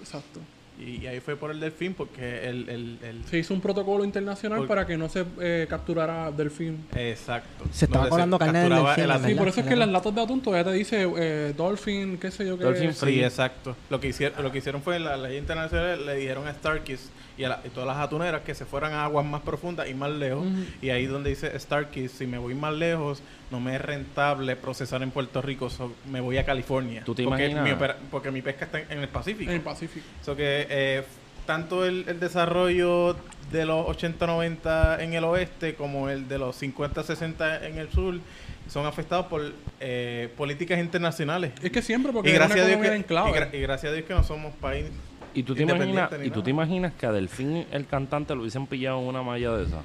Exacto. Y, y ahí fue por el delfín porque el... el- el- Se hizo un protocolo internacional Por- para que no se eh, capturara delfín. Exacto. Se estaba Donde colando carne del capturaba delfín, el ¿verdad? Sí, atún. por eso es que en Claro. las latas de atún todavía te dice eh, dolphin, qué sé yo qué. Dolphin Sí, Sí. exacto. Lo que hicieron, lo que hicieron fue la ley internacional le dijeron a Starkist y a, la- y todas las atuneras que se fueran a aguas más profundas y más lejos. Y ahí donde dice Starkist, si me voy más lejos, no me es rentable procesar en Puerto Rico, so, me voy a California. ¿Tú te porque imaginas? Mi opera- porque mi pesca está en, en el Pacífico. En el Pacífico. So que eh, tanto el, el desarrollo de los 80-90 en el oeste como el de los 50-60 en el sur son afectados por eh, políticas internacionales. Es que siempre, porque Y era una gracias, a Dios que, economía de enclave. y gra- y gracias a Dios que no somos país. ¿Y tú, te Independiente imaginas, ni ¿Y tú nada. te imaginas que a Delfín, el cantante, lo hubiesen pillado en una malla de esa?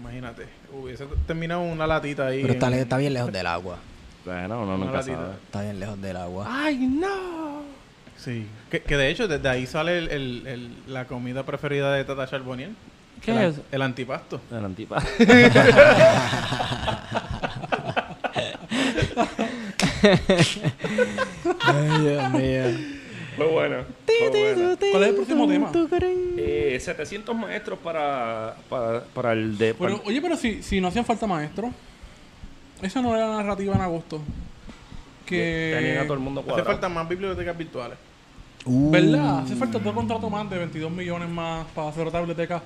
Imagínate, hubiese terminado una latita ahí. Pero está, en- le- está bien lejos del agua. Bueno, uno Una nunca latita. sabe. Está bien lejos del agua. ¡Ay, no! Sí. Que, que de hecho, desde ahí sale el- el- el- la comida preferida de Tata Charbonnier. ¿Qué el, an- es? El antipasto. El antipa. Ay, Dios mío. Lo bueno. ¿Cuál es el próximo tema? 700 maestros para, para, para el de... para- Pero, oye, pero si, si no hacían falta maestros, esa no era la narrativa en agosto. tenían a todo el Que. mundo Hace cuadrado. falta más bibliotecas virtuales. ¿Verdad? Hace falta otro contrato más de 22 millones más para hacer otra biblioteca.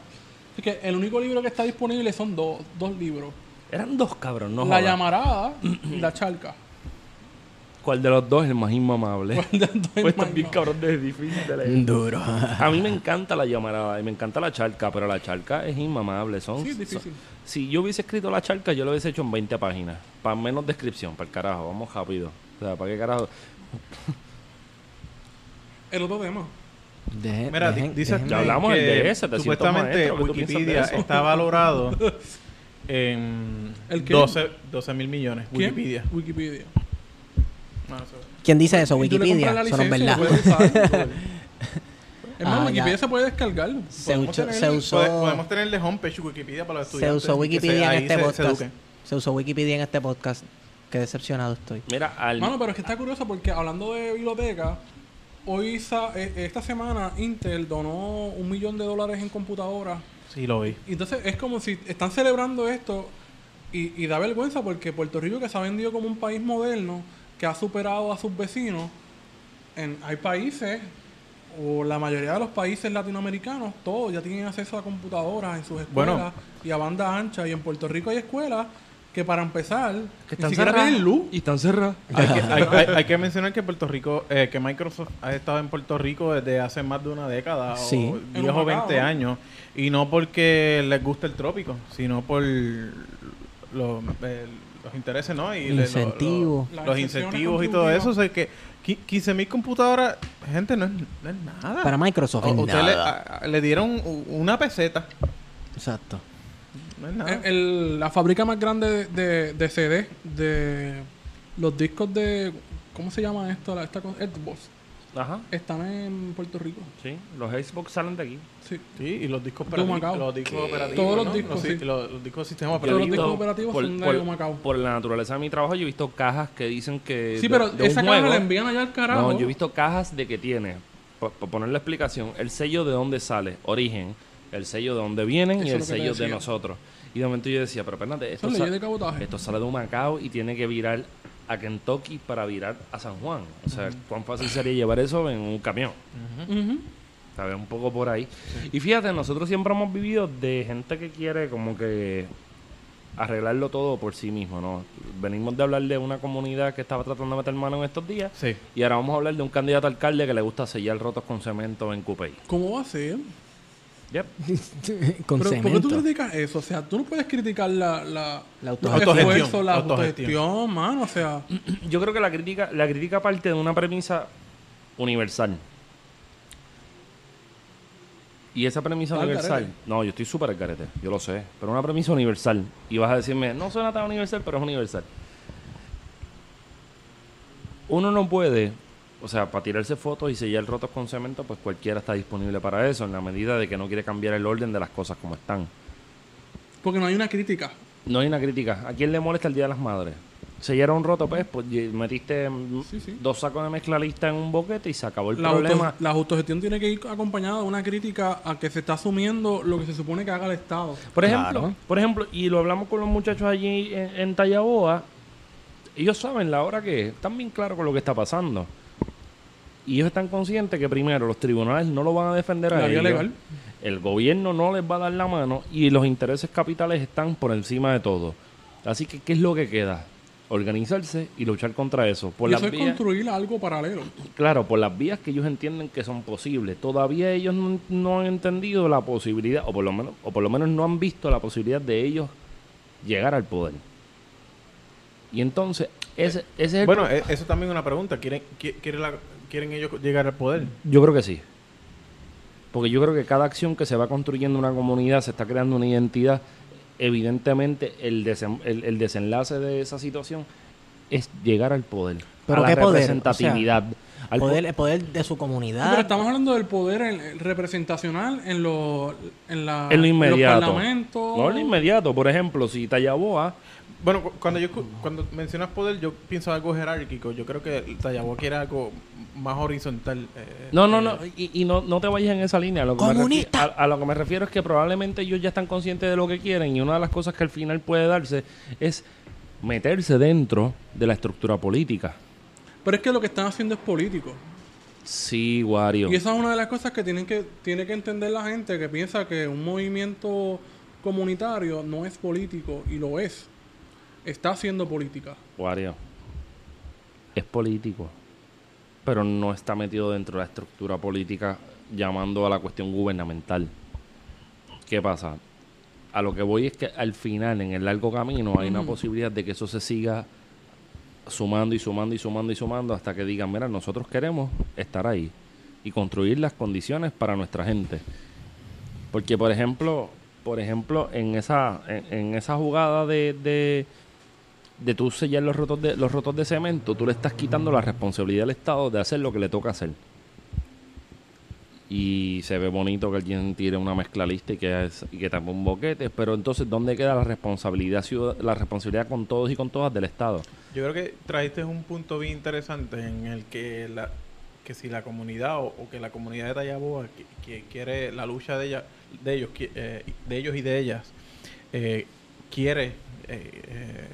Así que el único libro que está disponible son dos, dos libros. Eran dos cabrón, no la jodas. llamarada y la charca. ¿Cuál de los dos es el más inmamable? Pues también cabrón de difícil de leer. Duro. A mí me encanta la llamarada y me encanta la charca, pero la charca es inmamable. Son, Sí, es difícil. son- si yo hubiese escrito la charca, yo lo hubiese hecho en 20 páginas. Para menos descripción, para el carajo. Vamos rápido. O sea, ¿para qué carajo? El otro tema. Deje- Mira, di- dejen- dice déjenme- Ya hablamos que del de ese, 300 Supuestamente maestros, ¿qué tú piensas de Wikipedia eso? está valorado en ¿El qué? 12 mil millones. ¿Quién? Wikipedia. Wikipedia. Ah, eso- ¿Quién dice eso? Y tú le compras Pues la Wikipedia. Eso no es licencia pues. verdad. y lo puedes usar. Es más, Ah, Wikipedia ya. se puede descargar. Se, podemos ucho- tener- se usó, pode- Podemos tener de homepage Wikipedia para los se estudiantes. usó y que se- Wikipedia en ahí este se- se podcast. eduquen. se usó Wikipedia en este podcast. Qué decepcionado estoy. Mira, al... Mano, pero es que está curioso porque hablando de biblioteca, hoy sa- eh, esta semana Intel donó un millón de dólares en computadoras. Sí, lo vi. Y Entonces es como si están celebrando esto y, y da vergüenza porque Puerto Rico que se ha vendido como un país moderno, que ha superado a sus vecinos, en, hay países, o la mayoría de los países latinoamericanos, todos ya tienen acceso a computadoras en sus escuelas Bueno. y a banda ancha. Y en Puerto Rico hay escuelas que para empezar, que ni siquiera tienen luz. Y están cerradas. Hay que, hay- hay- hay que mencionar que Puerto Rico, eh, que Microsoft ha estado en Puerto Rico desde hace más de una década, Sí. o En 10 o Humacao, 20 ¿no? años, y no porque les gusta el trópico, sino por los, eh, los intereses, ¿no? Y le- lo- lo- Incentivos. Las los excepciones incentivos y todo contributivas. eso, o sea, que 15 mil computadoras, gente, no es, no es nada. Para Microsoft Ah. O- es ustedes le, ah. nada. a- a- le dieron u- una peseta, Exacto. no es nada. Eh, el- la fábrica más grande de, de, de CD, de los discos de... ¿Cómo se llama esto? La- esta cosa, Xbox. Ajá. Están en Puerto Rico. Sí, los Xbox salen de aquí. Sí. Sí, y los discos De Humacao. operativos. Los discos operativos. Todos los ¿no? discos, sí, sí. Los, los discos de sistema Todos los operativo. discos operativos por, son de por- Humacao. por la naturaleza de mi trabajo, yo he visto cajas que dicen que. Sí, Eh, de- pero de un esa caja juego- la envían allá al carajo. No, yo he visto cajas de que tiene, por, por poner la explicación, el sello de dónde sale, origen, el sello de dónde vienen Eso y es el lo que te sello de decía. nosotros. Y de momento yo decía, pero espérate, esto, Son sa- leyes de cabotaje. esto sale de Macao y tiene que virar a Kentucky para virar a San Juan. O sea, ¿cuán fácil sería llevar eso en un camión? ¿eh? Ujú. ¿Sabes? Un poco por ahí. Y fíjate, nosotros siempre hemos vivido de gente que quiere como que arreglarlo todo por sí mismo, ¿no? Venimos de hablar de una comunidad que estaba tratando de meter mano en estos días. Sí. Y ahora vamos a hablar de un candidato a alcalde que le gusta sellar rotos con cemento en Cupey. ¿Cómo va a ser? Yep. Con Pero, ¿Por qué cemento. tú criticas eso? O sea, tú no puedes criticar la, la, La los autogestión. esfuerzos, la Autogestión. autogestión, mano. O sea, Yo creo que la crítica, la crítica parte de una premisa universal. Y esa premisa Está al universal. garete. No, yo estoy súper al carete, yo lo sé. Pero una premisa universal. Y vas a decirme, no suena tan universal, pero es universal. Uno no puede, o sea, para tirarse fotos y sellar rotos con cemento, pues cualquiera está disponible para eso, en la medida de que no quiere cambiar el orden de las cosas como están. porque no hay una crítica. No hay una crítica. ¿A quién le molesta el Día de las Madres? Sellaron roto, pues, pues y metiste mm, Sí, sí. dos sacos de mezcla lista en un boquete y se acabó el La, auto- problema. la autogestión tiene que ir acompañada de una crítica a que se está asumiendo lo que se supone que haga el Estado. Por ejemplo, Claro. por ejemplo, y lo hablamos con los muchachos allí en, en Tallaboa, ellos saben la hora que es, están bien claros con lo que está pasando. Y ellos están conscientes que primero los tribunales no lo van a defender a La vía ellos. legal. El gobierno no les va a dar la mano y los intereses capitales están por encima de todo. Así que, ¿qué es lo que queda? Organizarse y luchar contra eso. Por y las eso es vías- construir algo paralelo. Claro, por las vías que ellos entienden que son posibles. Todavía ellos no, no han entendido la posibilidad, o por, lo menos, o por lo menos no han visto la posibilidad de ellos llegar al poder. Y entonces, ese, ese es el Bueno, pro- e- eso también es una pregunta. ¿Quieren, qui- quiere la- ¿Quieren ellos llegar al poder? yo creo que sí. Porque yo creo que cada acción que se va construyendo una comunidad, se está creando una identidad, evidentemente el, desen- el, el desenlace de esa situación es llegar al poder. ¿Pero a qué la poder? O sea, representatividad. al po- poder, el poder de su comunidad. Ah, Pero estamos hablando del poder en- en representacional en, lo, en, En la, lo Ah, los inmediato. parlamentos. No en lo inmediato. Por ejemplo, si Tallaboa, Bueno, cu- cuando yo escu- cuando mencionas poder, yo pienso algo jerárquico. Yo creo que el Tallaboa quiere algo más horizontal. eh, No, no, eh, no. Y, y no, no te vayas en esa línea. A lo, que me ¡Comunista! refi- a- a lo que me refiero es que probablemente ellos ya están conscientes de lo que quieren y una de las cosas que al final puede darse es meterse dentro de la estructura política. Pero es que lo que están haciendo es político. Sí, Wario. Y esa es una de las cosas que, tienen que tiene que entender la gente que piensa que un movimiento comunitario no es político y lo es. Está haciendo política. Wario. Es político. Pero no está metido dentro de la estructura política llamando a la cuestión gubernamental. ¿Qué pasa? A lo que voy es que al final, en el largo camino, hay una posibilidad de que eso se siga sumando y sumando y sumando y sumando hasta que digan, mira, nosotros queremos estar ahí y construir las condiciones para nuestra gente. Porque, por ejemplo, por ejemplo, en esa, en, en esa jugada de, de, de tú sellar los rotos de, los rotos de cemento, tú le estás quitando la responsabilidad al Estado de hacer lo que le toca hacer. Y se ve bonito que alguien tire una mezcla lista y que, es- y que tape un boquete, pero entonces, ¿dónde queda la responsabilidad, ciudad- la responsabilidad con todos y con todas del Estado? Yo creo que trajiste un punto bien interesante en el que la que si la comunidad o, o que la comunidad de Tallaboa que, que quiere la lucha de ella, de ellos qui- eh, de ellos y de ellas eh, quiere eh, eh,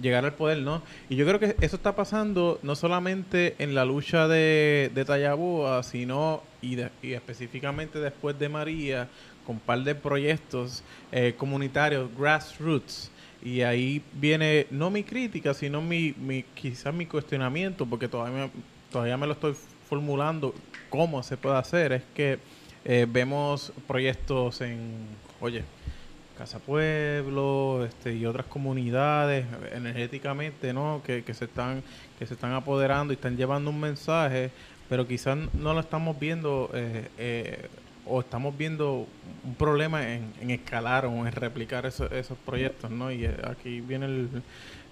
llegar al poder, ¿no? Y yo creo que eso está pasando no solamente en la lucha de, de Tallaboa, sino y, de- y específicamente después de María, con un par de proyectos eh, comunitarios, grassroots. Y ahí viene no mi crítica, sino mi, mi quizás mi cuestionamiento, porque todavía me, todavía me lo estoy formulando cómo se puede hacer. Es que eh, vemos proyectos en, oye, Casa Pueblo, este, y otras comunidades eh, energéticamente, ¿no? Que, que se están que se están apoderando y están llevando un mensaje, pero quizás no lo estamos viendo eh, eh, o estamos viendo un problema en, en escalar o en replicar eso- esos proyectos, ¿no? Y eh, aquí viene el,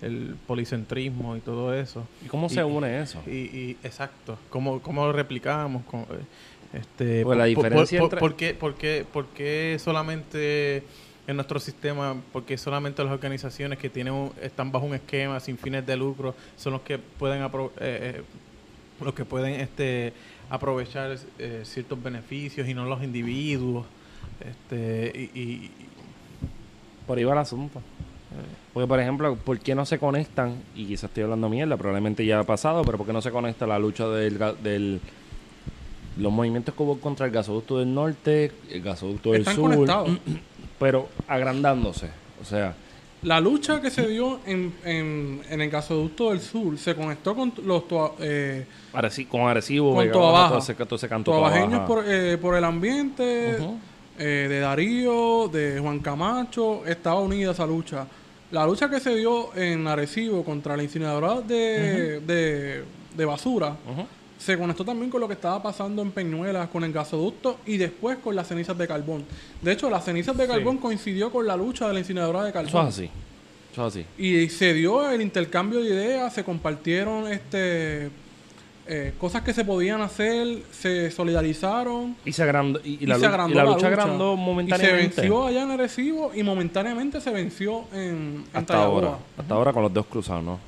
el policentrismo y todo eso. ¿Y cómo se Y- une eso? Y, y- exacto, ¿cómo, cómo lo replicamos? Con, eh, este, Pues la por- por- diferencia por- entre- por qué- por qué- por qué solamente en nuestro sistema, porque solamente las organizaciones que tienen un- están bajo un esquema sin fines de lucro son los que pueden apro- eh, eh, los que pueden este aprovechar eh, ciertos beneficios y no los individuos este y, y- Por ahí va el asunto. Porque, por ejemplo, ¿por qué no se conectan? Y quizás estoy hablando mierda, probablemente ya ha pasado, pero ¿por qué no se conecta la lucha del, ga- del los movimientos que hubo contra el gasoducto del norte, el gasoducto del Están sur, conectados. pero agrandándose? O sea, La lucha que se dio en, en, en el gasoducto del sur se conectó con los tua- eh, Areci- con Arecibo, Con Vega Toa Baja, Baja. todo ese, todo ese canto, Toa trabajeños Baja. por, eh, por el ambiente, Ujú. eh, de Darío, de Juan Camacho. Estaba unida esa lucha. La lucha que se dio en Arecibo contra la incineradora de, de, de basura Ujú. se conectó también con lo que estaba pasando en Peñuelas, con el gasoducto y después con las cenizas de carbón. De hecho, las cenizas de carbón coincidió con la lucha de la incineradora de Eso es carbón. así. Eso es así. Y se dio el intercambio de ideas, se compartieron este eh, cosas que se podían hacer, se solidarizaron. Y se agrandó. Y, y Y, la, se lu- agrandó y la la lucha, lucha agrandó momentáneamente. Y se venció allá en Arecibo y momentáneamente se venció en, en hasta Tallahassee. ahora. Hasta ahora con los dos cruzados, ¿no?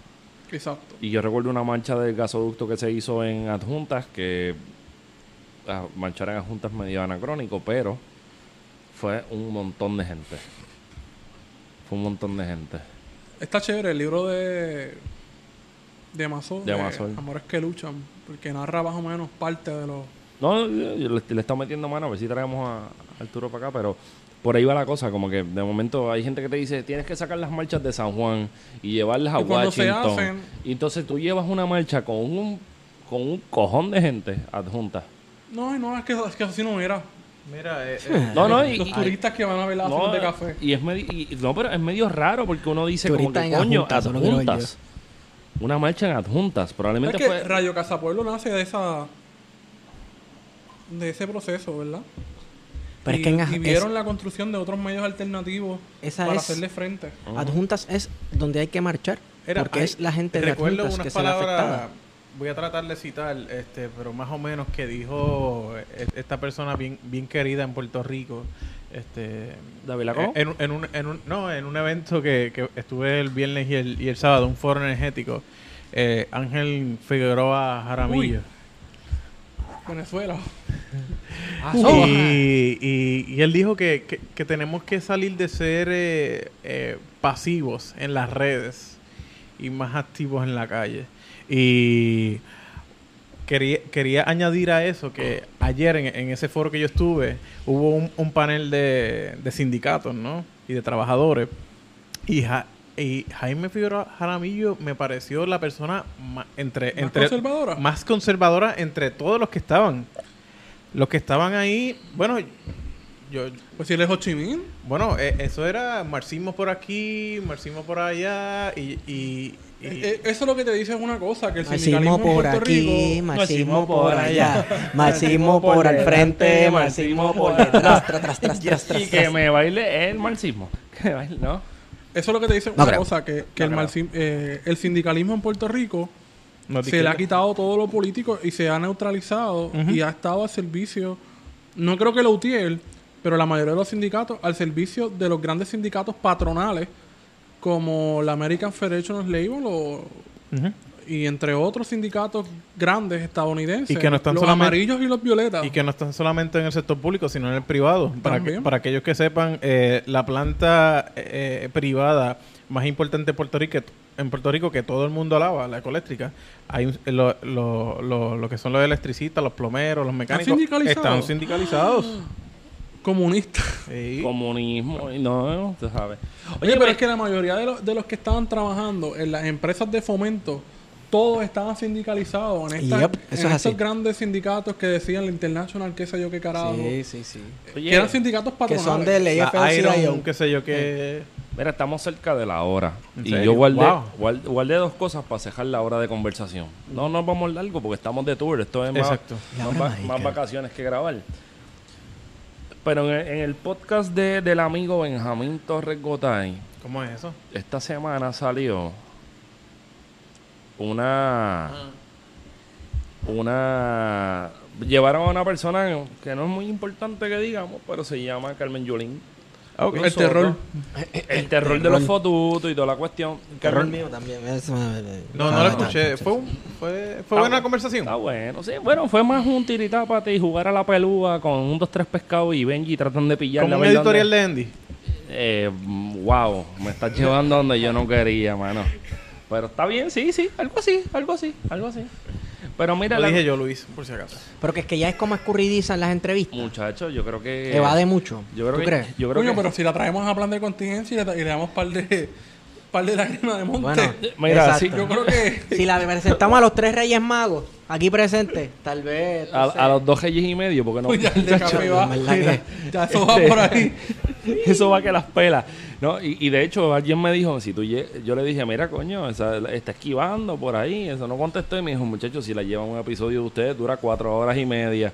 Exacto. Y yo recuerdo una mancha del gasoducto que se hizo en adjuntas, que ah, manchar en adjuntas medio anacrónico, pero fue un montón de gente. Fue un montón de gente. Está chévere el libro de. De Mazol. De Mazol. Amores que luchan. Porque narra más o menos parte de los. No, yo- yo le, le he estado metiendo mano, a ver si traemos a a Arturo para acá, pero por ahí va la cosa, como que de momento hay gente que te dice, tienes que sacar las marchas de San Juan y llevarlas a Y cuando se Washington. hacen- Y entonces tú llevas una marcha con un, con un cojón de gente adjunta. No, y no, es que, es que así no era. Mira, eh, eh, No, no, y, los y- turistas que van a ver las no, eh, de café. y es medio, y- no, pero es medio raro porque uno dice como Turista que en coño, adjuntas, eso lo quiero ver yo". adjuntas. Una marcha en adjuntas, Es probablemente que fue... Rayo Casapueblo nace de esa. De ese proceso, ¿verdad? Pero y, es que en y Aj- vieron la construcción de otros medios alternativos Esa para es- hacerle frente. es- adjuntas es donde hay que marchar. era- porque ay, es la gente de recuerdo adjuntas unas que se ve palabras, afectada. voy a tratar de citar, este, pero más o menos que dijo eh, esta persona bien, bien querida en Puerto Rico, este, ¿David Lacó? en, en un, en un- no, en un evento que, que estuve el viernes y el, y el sábado, un foro energético, eh, Ángel Figueroa Jaramillo. Venezuela. Y, y- y él dijo que, que- que tenemos que salir de ser eh, eh, pasivos en las redes y más activos en la calle. Y quería, quería añadir a eso que ayer en, en ese foro que yo estuve hubo un, un panel de, de sindicatos ¿no? y de trabajadores. Y, Ja- y Jaime Figueroa Jaramillo me pareció la persona ma- entre, ¿Más entre- conservadora? más conservadora entre todos los que estaban. Los que estaban ahí, bueno, yo, Pues si él es Ho Chi Minh. bueno, e- eso era marxismo por aquí, marxismo por allá y, y- y- Eh, eh, Eso es lo que te dice es una cosa, que el sindicalismo Marxismo en por Puerto aquí, Rico... marxismo por allá, marxismo por al frente, marxismo por detrás, tras, tras, tras, tras, Y tras, que tras. me baile el marxismo. Que baile, ¿no? Eso es lo que te dice es No una creo. cosa, que, que el, creo. marxi- eh, el sindicalismo en Puerto Rico no te se le ha quiero- quitado todo lo político y se ha neutralizado y ha estado al servicio, no creo que lo utiel, pero la mayoría de los sindicatos, al servicio de los grandes sindicatos patronales, como la American Federation of Labor o- Ujú. y entre otros sindicatos grandes estadounidenses, Y que no están los solamente- amarillos y los violetas. Y que no están solamente en el sector público, sino en el privado. Para, que- Ah. También. para aquellos que sepan, eh, la planta eh, eh, privada más importante en Puerto Rico, en Puerto Rico que todo el mundo alaba, la ecoeléctrica, hay un- eh, lo, lo- lo- lo que son los electricistas, los plomeros, los mecánicos, sindicalizados? están sindicalizados. comunistas. Sí. Comunismo, y no, tú sabes. Oye, pero es que la mayoría de los, de los que estaban trabajando en las empresas de fomento, todos estaban sindicalizados en, esta- Yep, en eso es estos así. grandes sindicatos que decían la International, qué sé yo qué carajo. Sí, sí, sí. Oye, Que eran sindicatos Que patronales. son del La Iron, AFL-CIO. qué sé yo qué. Mira, estamos cerca de la hora. ¿En Y serio? yo guardé, Wow. guard- guardé dos cosas para cejar la hora de conversación. No nos vamos largo porque estamos de tour. Esto es más, Exacto. La más, hora va- mágica. más vacaciones que grabar. Pero en el, en el podcast de- del amigo Benjamín Torres Gotay, ¿Cómo es eso? esta semana salió una Ah. una llevaron a una persona que no es muy importante que digamos pero se llama Carmen Yulín El Nosotros- terror. el terror de los fotutos y toda la cuestión Error mío también. eso, eh, No, no ah, lo escuché. Fue, un- fue, fue buena conversación. está bueno sí bueno fue más un tiritápate y jugar a la pelúa con un dos tres pescados y Benji tratando de pillar Como un editorial de Andy. Eh, wow, me estás llevando donde yo no quería, mano. Pero está bien, sí, sí, algo así, algo así, algo así. Pero mira, Lo la... dije yo, Luis, por si acaso. Pero que es que ya es como escurridiza en las entrevistas. muchacho, yo creo que Evade mucho. Yo creo ¿Tú que crees? yo creo Coño, que- pero si la traemos a plan de contingencia y le, da- y le damos par de, par de lágrimas de monte. Bueno, Mira, sí, Yo creo que... si la presentamos a los tres reyes magos aquí presentes, tal vez. a, entonces, a los dos reyes y medio, porque no. Uy, pues ya el de café la va. verdad Mira, Ya eso va Este- por ahí. Eso va que las pelas. No, y, y de hecho, alguien me dijo, si tú lle- yo le dije, mira, coño, esa- la- está esquivando por ahí, eso no contestó. Y me dijo, muchachos, si la llevan un episodio de ustedes, dura cuatro horas y media.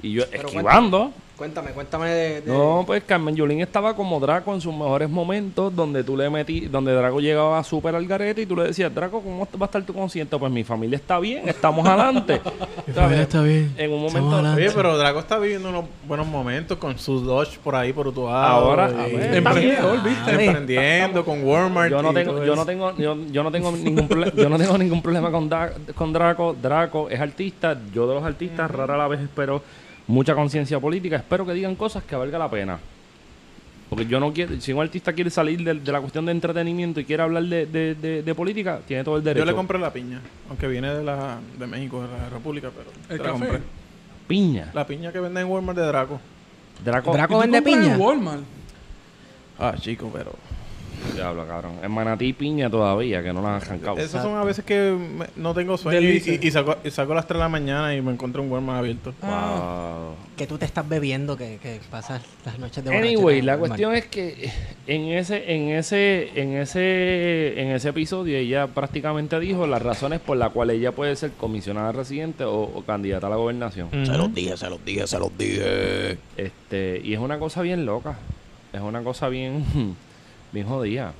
Y yo, esquivando, Cuéntame, cuéntame de... de- No, pues Carmen Yulín estaba como Draco en sus mejores momentos, donde tú le metí, donde Draco llegaba súper al garete y tú le decías, Draco, ¿cómo va a estar tu concierto? Pues mi familia está bien, estamos adelante. ¿Sabes? bien. En un Estamos momento. adelante. Oye, pero Draco está viviendo unos buenos momentos con sus Dodge por ahí, por tu Ahora, a ver, está bien. Emprendedor, ¿viste? Ah, Emprendiendo con Walmart. Yo no y tengo, todo yo eso. no tengo, yo, yo no tengo ningún problema, yo no tengo ningún problema con, Da- con Draco. Draco es artista, yo de los artistas Mm. rara la vez espero mucha conciencia política, espero que digan cosas que valga la pena. Porque yo no quiero, si un artista quiere salir de, de la cuestión de entretenimiento y quiere hablar de, de- de- de política, tiene todo el derecho. Yo le compré la piña, aunque viene de la de México, de la República, pero El te la café. compré. piña. La piña que vende en Walmart de Draco. Draco, Draco- ¿Y tú vende compras piña? en Walmart. Ah, chico, pero Diablo, cabrón. Es manatí y piña todavía, que no la han arrancado. Esas son a veces que me- no tengo sueño y, Deslice. y- y saco, y saco a las 3 de la mañana y me encuentro un Walmart abierto. Wow. Que tú te estás bebiendo, que, que pasas las noches de Anyway, borrachera, la hermano. cuestión es que en ese, en ese, en ese, en ese episodio ella prácticamente dijo las razones por las cuales ella puede ser comisionada residente o, o candidata a la gobernación. Se los dije, se los dije, se los dije. Este, y es una cosa bien loca. Es una cosa bien, bien jodida.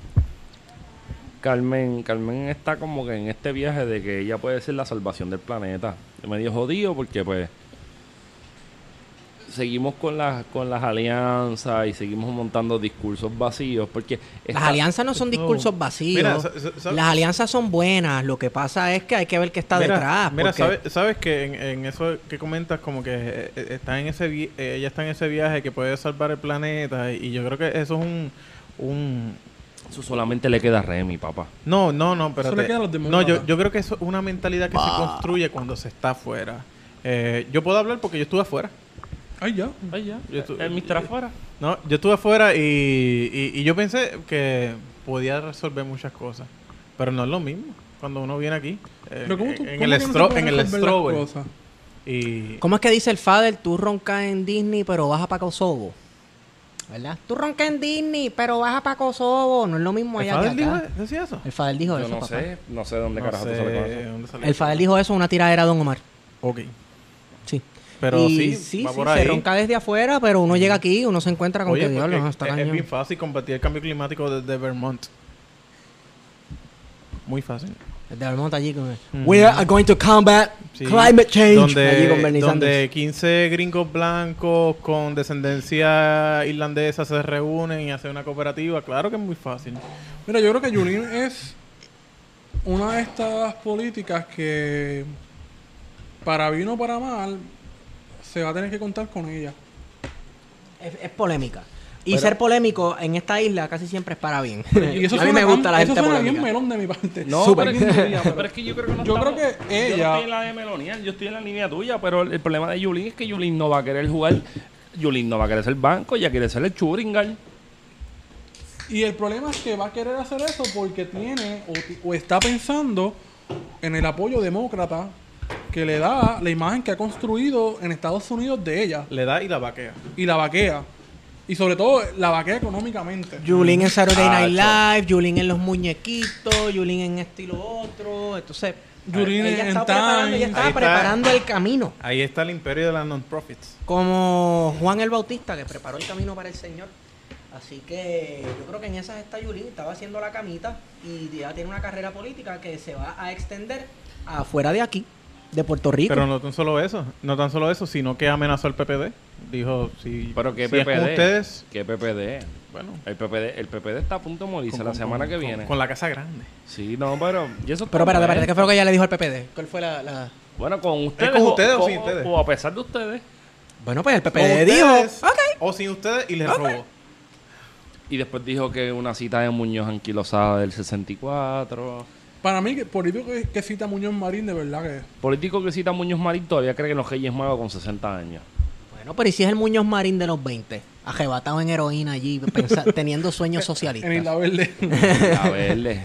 Carmen, Carmen está como que en este viaje de que ella puede ser la salvación del planeta. Yo me dio jodido porque pues seguimos con las con las alianzas y seguimos montando discursos vacíos porque Las esta- alianzas no son discursos vacíos. Mira, sa- sa- sa- Las alianzas son buenas. Lo que pasa es que hay que ver qué está Mira, detrás. Mira, porque- sabe- sabes, que en, en eso que comentas, como que eh, eh, está en ese vi- eh, ella está en ese viaje que puede salvar el planeta y, y yo creo que eso es un... un eso solamente le queda a Remy, papá. no, no, no, pero... Eso le queda a los No, demócratas. yo, yo creo que eso es una mentalidad que se construye cuando se está afuera. Eh, yo puedo hablar porque yo estuve afuera. Ay, ya. Ay, ya. Yo estu- El Mr. afuera. No, yo estuve afuera y, y- y yo pensé que podía resolver muchas cosas, pero no es lo mismo cuando uno viene aquí. eh, Pero ¿cómo tú, en, cómo el que no se stro- en pueden el resolver las Strover. cosas? Y ¿Cómo es que dice el Fader? Tú roncas en Disney, pero baja para Kosovo. ¿Verdad? Tú roncas en Disney, pero baja para Kosovo. No es lo mismo ¿El allá que Fader dijo- acá. decía eso? El Fader dijo Yo eso, no papá. sé, no sé dónde carajo tú sé sabes con eso. dónde salió. El Fader dijo "Ah, eso en una tiradera de Don Omar. Ok. Sí. Pero Y sí, va por ahí. se ronca desde afuera, pero uno llega aquí, uno se encuentra con Oye, que diablos, porque está es, es cañón. bien fácil combatir el cambio climático desde Vermont. Muy fácil. Desde Vermont allí con el- Mm. We are going to combat Sí. climate change. allí con Donde, donde Bernie Sanders. 15 gringos blancos con descendencia irlandesa se reúnen y hacen una cooperativa. Claro que es muy fácil. Mira, yo creo que Yulín es una de estas políticas que, para bien o para mal, se va a tener que contar con ella. Es, es polémica. Y ser polémico en esta isla casi siempre es para bien. Y eso a suena- mí me gusta la eso gente suena polémica. bien melón de mi parte. No, Súper. pero, es que, pero es que yo creo que no Yo estamos- creo que Yo no ella- estoy en la de Melonial, yo estoy en la línea tuya, pero el, el problema de Yulín es que Yulín no va a querer jugar. Yulín no va a querer ser banco, ya quiere ser el Churingal. Y el problema es que va a querer hacer eso porque tiene o, ti- o está pensando en el apoyo demócrata que le da la imagen que ha construido en Estados Unidos de ella Le da y la vaquea. y la vaquea. Y sobre todo la vaquea económicamente. Yulín en Saturday Ah, Night Live, Yulín en los muñequitos, Yulín en este y lo otro. Entonces, Yulín ella en estaba preparando, Time. ella estaba Ahí está. preparando el camino. Ahí está el imperio de las non-profits. Como Juan el Bautista, que preparó el camino para el Señor. Así que yo creo que en esas está Yulín, estaba haciendo la camita y ya tiene una carrera política que se va a extender afuera de aquí, de Puerto Rico. Pero no tan solo eso, no tan solo eso, sino que amenazó al PPD. Dijo, si, Pero que si es PPD. con ustedes, ¿Qué PPD? bueno, El PPD, el PPD está a punto de morirse con- la con- semana que con- viene. Con la casa grande. Sí, no, pero. y eso Pero está espérate, espérate, bien. ¿qué fue lo que ella le dijo al PPD? ¿Cuál fue la...? la- Bueno, con ustedes. con ustedes o sin con- ustedes? O a pesar de ustedes. Bueno, pues el Con PPD dijo... ustedes, Ok. O sin ustedes y les robó. Y después dijo que una cita de Muñoz anquilosada del 64. Para mí, que político que, que cita Muñoz Marín, de verdad que Político que cita a Muñoz Marín todavía cree que los Reyes Magos con 60 años. Bueno, pero ¿y si es el Muñoz Marín de los 20? Ajebatado en heroína allí, pensa- teniendo sueños en Isla socialistas. Verde. A verle.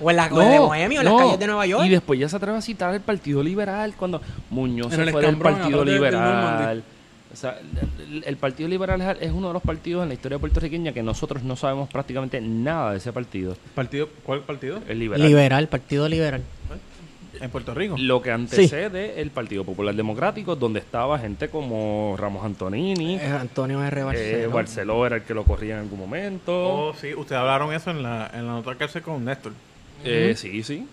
O en las calles de Bohemia, o en no. las calles de Nueva York. Y después ya se atreve a citar el Partido Liberal cuando Muñoz En se el fue del escambrón, Partido atrás de- del Liberal. Normandy. O sea, el, el Partido Liberal es- es uno de los partidos en la historia puertorriqueña que nosotros no sabemos prácticamente nada de ese partido. Eh, ¿Partido? ¿Cuál partido? El liberal. Liberal, Partido Liberal. en Puerto Rico. Lo que antecede el Partido Popular Democrático, donde estaba gente como Ramos Antonini, Eh, Antonio R. eh, Barceló. Barceló era el que lo corría en algún momento. Oh, sí, ustedes hablaron eso en la, en la nota cárcel con Néstor. Eh, Sí, sí.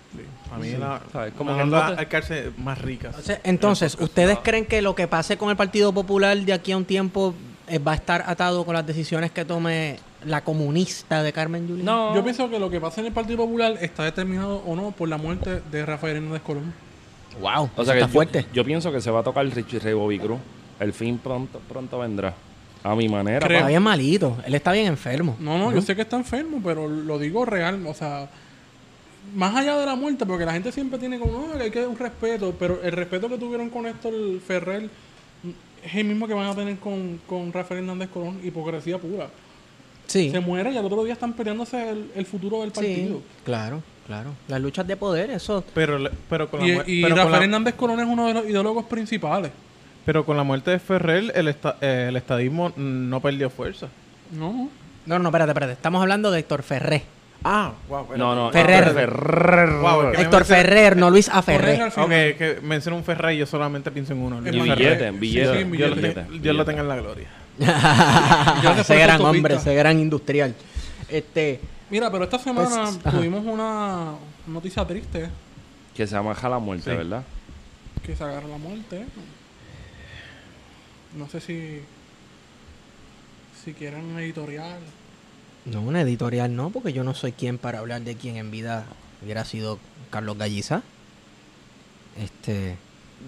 A mí la, ¿Sabes? Como la que el nota norte- cárcel más rica. O sea, Entonces, ¿ustedes creen que lo que pase con el Partido Popular de aquí a un tiempo eh, va a estar atado con las decisiones que tome la comunista de Carmen Yulín? No. Yo pienso que lo que pasa en el Partido Popular está determinado o no por la muerte de Rafael Hernández Colón. Wow, O sea que está yo- fuerte. Yo, pienso que se va a tocar Richie Ray Bobby Cruz. El fin pronto, pronto vendrá. A mi manera. Creo. Está pa. bien malito, él está bien enfermo. No, no, yo sé que está enfermo, pero lo digo real, o sea, más allá de la muerte, porque la gente siempre tiene como, no, que hay que dar un respeto, pero el respeto que tuvieron con Héctor Ferrer es el mismo que van a tener con, con Rafael Hernández Colón, hipocresía pura. Sí, Se muere y al otro día están peleándose el, el futuro del partido. sí, claro, claro. Las luchas de poder, eso. Pero, la- pero, con la, Y, muer- y pero, con Rafael la, Hernández Colón es uno de los ideólogos principales. pero con la muerte de Ferrer, el, esta- eh, el estadismo no perdió fuerza. No, No, no, espérate, espérate. Estamos hablando de Héctor Ferrer. Ah, wow. espérate. No, no. Ferrer. no, Ferrer. Wow, es que me Héctor mencioné- Ferrer, no Luis A. Ferrer Ferrer. al final. Ok, es que mencioné un Ferrer y yo solamente pienso en uno. El Y Ferrer. billete, Sí, billete. sí, Yo, lo te- billete, yo billete. lo tengo en la gloria. Yo que ese soy gran autopista. hombre, ese gran industrial. Este, Mira, pero esta semana Pues, ajá. tuvimos una noticia triste Que se amaja la muerte, Sí. ¿verdad? que se agarra la muerte. No sé si si quieren un editorial. no, una editorial no, porque yo no soy quien para hablar de quien en vida hubiera sido Carlos Galliza. Este,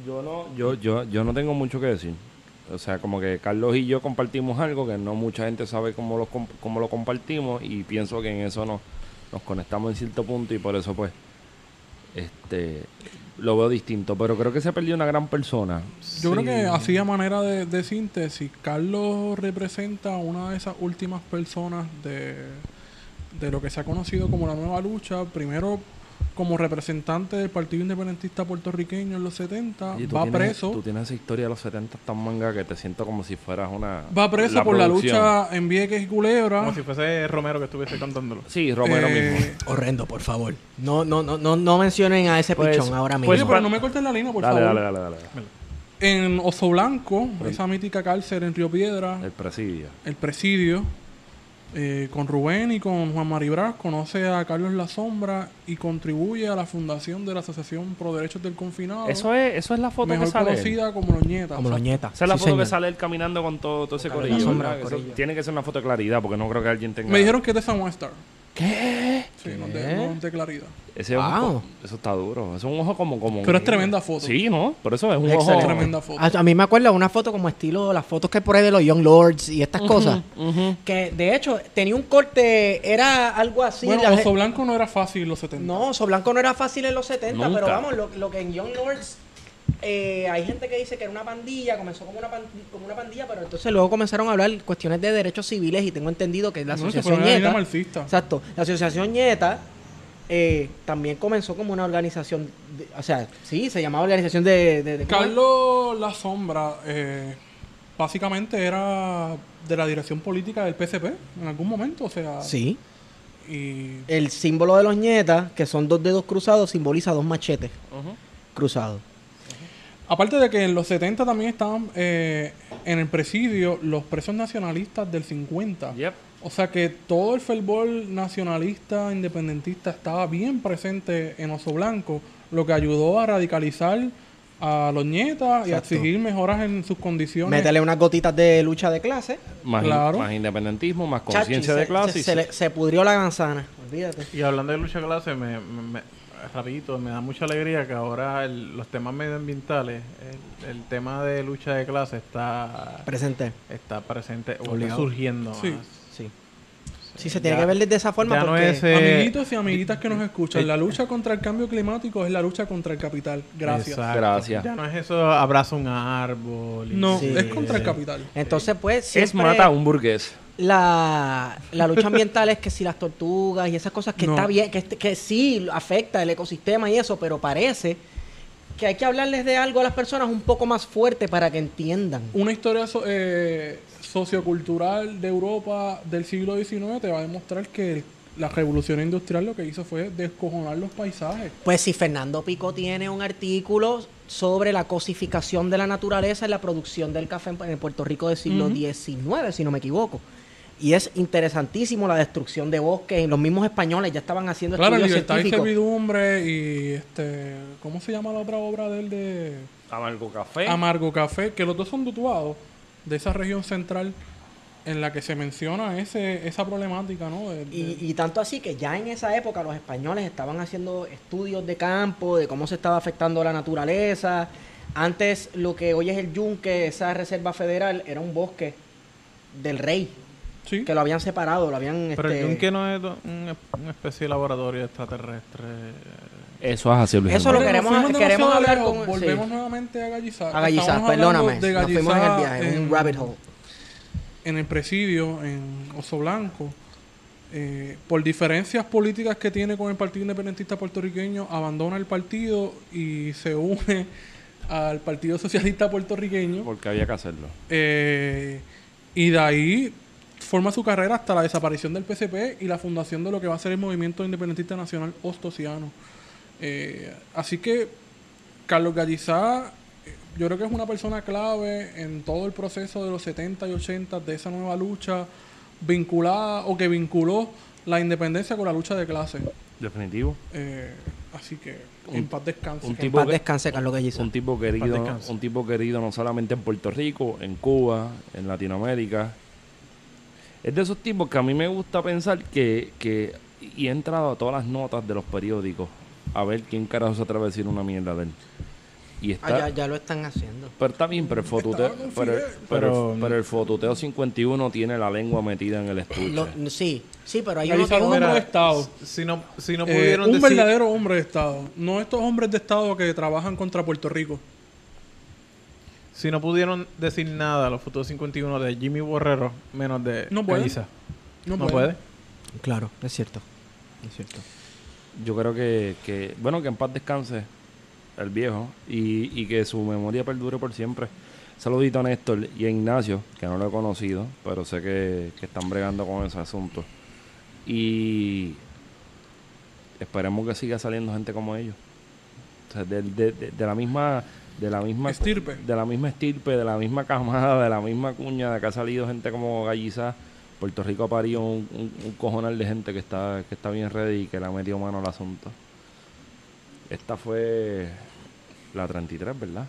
Yo no, yo, yo, yo no tengo mucho que decir. O sea, como que Carlos y yo compartimos algo que no mucha gente sabe cómo lo, comp- cómo lo compartimos y pienso que en eso nos, nos conectamos en cierto punto y por eso pues este lo veo distinto. Pero creo que se perdió una gran persona. Yo creo que así a manera de, de síntesis, Carlos representa a una de esas últimas personas de, de lo que se ha conocido como la nueva lucha. Primero como representante del Partido Independentista Puertorriqueño en los 70, Oye, tú va tienes- preso. Tú tienes esa historia de los 70 tan manga que te siento como si fueras una. Va preso por producción. la lucha en Vieques y Culebra. Como si fuese Romero que estuviese cantándolo. Sí, Romero Eh, mismo. horrendo, por favor. No, no, no, no, no mencionen a ese Pues- pichón ahora mismo. pues, Oye, pero no me corten la línea, por Dale, favor. dale, dale, dale. En Oso Blanco, esa mítica cárcel en Río Piedra, El presidio. el presidio, eh, con Rubén y con Juan Maribraz, conoce a Carlos La Sombra y contribuye a la fundación de la Asociación Pro Derechos del Confinado, Eso es, eso es la foto mejor que sale. conocida como Loñeta. Como O sea, Loñeta. Esa es la sí, foto que señor. sale él caminando con todo, todo ese Claro, la corillo. sombra, ¿verdad? Eso corillo. tiene que ser una foto de claridad, porque no creo que alguien tenga. Me dijeron que es de San Juan Star. ¿Qué? Sí, no es de, no es de claridad. Ese Wow. ojo, eso está duro. Es un ojo como. como Pero es tremenda foto. Sí, ¿no? Por eso es un ojo. Ah, Excelente. Tremenda foto. A, a mí me acuerda una foto como estilo, las fotos que por ahí de los Young Lords y estas cosas. Que de hecho tenía un corte, era algo así. bueno, la- Oso Blanco no era fácil en los 70. No, Oso Blanco no era fácil en los 70, Nunca. pero vamos, lo, lo que en Young Lords eh, hay gente que dice que era una pandilla, comenzó como una, pan- como una pandilla, pero entonces luego comenzaron a hablar cuestiones de derechos civiles y tengo entendido que la No, se asociación fueron a la línea Ñeta- marxista. Exacto, la asociación Ñeta eh, también comenzó como una organización, de- o sea, sí, se llamaba organización de... de- de- Carlos La Sombra eh, básicamente era de la dirección política del PCP en algún momento, o sea, Sí. y El símbolo de los Ñetas, que son dos dedos cruzados, simboliza dos machetes Ujú. cruzados. aparte de que en los 70 también estaban eh, en el presidio los presos nacionalistas del 50. Yep. O sea que todo el fervor nacionalista, independentista estaba bien presente en Oso Blanco, lo que ayudó a radicalizar a los nietas y a Exacto. exigir mejoras en sus condiciones. Métele unas gotitas de lucha de clase. Más, Claro. más independentismo, más Chachi, conciencia se- de clase. Se, y se le- se pudrió la manzana, olvídate. Y hablando de lucha de clase, me, me, me- rapidito, me da mucha alegría que ahora el- los temas medioambientales, el, el tema de lucha de clase está, Presente. está presente o está Obligado. surgiendo. Sí. más. Sí. Sí, se tiene Ya- que ver de esa forma. ya no porque- es, eh, Amiguitos y amiguitas que nos escuchan, la lucha contra el cambio climático es la lucha contra el capital. Gracias. Exacto. Gracias. Ya no es eso, abraza un árbol. y- No, Sí, es contra el sí. capital. Entonces, pues, Es siempre mata a un burgués. la, la lucha ambiental es que si las tortugas y esas cosas que No. está bien, que, este- que sí afecta el ecosistema y eso, pero parece que hay que hablarles de algo a las personas un poco más fuerte para que entiendan. Una historia so- eh, sociocultural de Europa del siglo XIX te va a demostrar que el la revolución industrial lo que hizo fue descojonar los paisajes. Pues si Fernando Pico tiene un artículo sobre la cosificación de la naturaleza en la producción del café en en Puerto Rico del siglo XIX, si no me equivoco. Y es interesantísimo la destrucción de bosques. Los mismos españoles ya estaban haciendo Claro, estudios libertad y científicos. servidumbre y este... ¿Cómo se llama la otra obra del de Amargo café. Amargo Café? Que los dos son dutuados de esa región central en la que se menciona ese, esa problemática, ¿no? De- de- Y, y tanto así que ya en esa época los españoles estaban haciendo estudios de campo, de cómo se estaba afectando la naturaleza. Antes lo que hoy es el yunque, esa reserva federal, era un bosque del rey, sí. que lo habían separado, lo habían... Pero este, el yunque no es do- un es- una especie de laboratorio extraterrestre. Eso es así, Luis Eso lo Hernández. Nos queremos- fuimos demasiado queremos hablar lejos. con- Volvemos sí. nuevamente a Gallizar. A Gallizá, Estamos hablando perdóname, de nos fuimos en el Gallizá viaje, un en- rabbit hole. en el presidio, en Oso Blanco, eh, por diferencias políticas que tiene con el Partido Independentista Puertorriqueño, abandona el partido y se une al Partido Socialista Puertorriqueño. Porque había que hacerlo. Eh, y de ahí forma su carrera hasta la desaparición del PCP y la fundación de lo que va a ser el Movimiento Independentista Nacional Ostosiano. Eh, así que Carlos Gallizá, eh, yo creo que es una persona clave en todo el proceso de los 70 y 80 de esa nueva lucha vinculada o que vinculó la independencia con la lucha de clase. Definitivo. Eh, así que en paz descanse. un En tipo paz que- descanse, Carlos Gallizá. Un tipo querido, descanse. un tipo querido no solamente en Puerto Rico, en Cuba, en Latinoamérica. Es de esos tipos que a mí me gusta pensar que, que y he entrado a todas las notas de los periódicos a ver quién carajo se atreve a decir una mierda de él. Y Ah, está, ya, ya lo están haciendo. pero está bien, pero el fotuteo, Estaba con pero, Fidel. pero- Pero- pero el fotuteo 51 tiene la lengua metida en el estuche. Lo- sí, sí, pero hay uno que Gallizá era un otro- hombre de Estado. Si no, si no Eh, pudieron un decir... verdadero hombre de Estado. No estos hombres de Estado que trabajan contra Puerto Rico. Si no pudieron decir nada los futuros 51 de Jimmy Borrero, menos de No puede. Galiza. No, No puede. puede. Claro, es cierto. Es cierto. Yo creo que, que, bueno, que en paz descanse el viejo y, y que su memoria perdure por siempre. Saludito a Néstor y a Ignacio, que no lo he conocido, pero sé que, que están bregando con ese asunto. Y esperemos que siga saliendo gente como ellos. O sea, de, de- de- de la misma... De la misma Estirpe. De la misma estirpe, de la misma camada, de la misma cuña, de que ha salido gente como Galliza. Puerto Rico ha parido un, un- un cojonal de gente que está, que está bien ready y que le ha metido mano al asunto. Esta fue la 33, ¿verdad?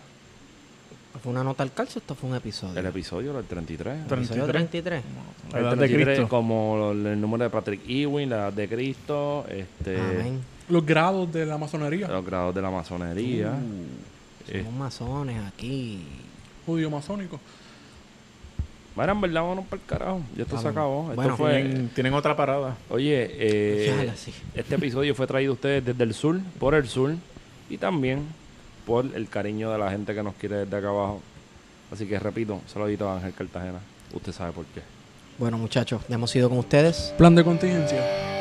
¿Fue una nota al calcio esto fue un episodio? El episodio del 33. Tre- episodio 33. La El edad de 33, Cristo. Como lo- el número de Patrick Ewing, la edad de Cristo, este, Amén. Los grados de la masonería. los grados de la masonería. Eh, Somos masones aquí. judío masónico. bueno, en verdad, vámonos para el carajo. Ya esto se Vamos. acabó. Esto Bueno, fue- Tienen, tienen otra parada. Oye, eh, Ya, la sí. este episodio fue traído a ustedes desde el sur, por el sur, y también por el cariño de la gente que nos quiere desde acá abajo. Así que repito, saludito a Ángel Cartagena. Usted sabe por qué. Bueno, muchachos, hemos ido con ustedes. Plan de contingencia.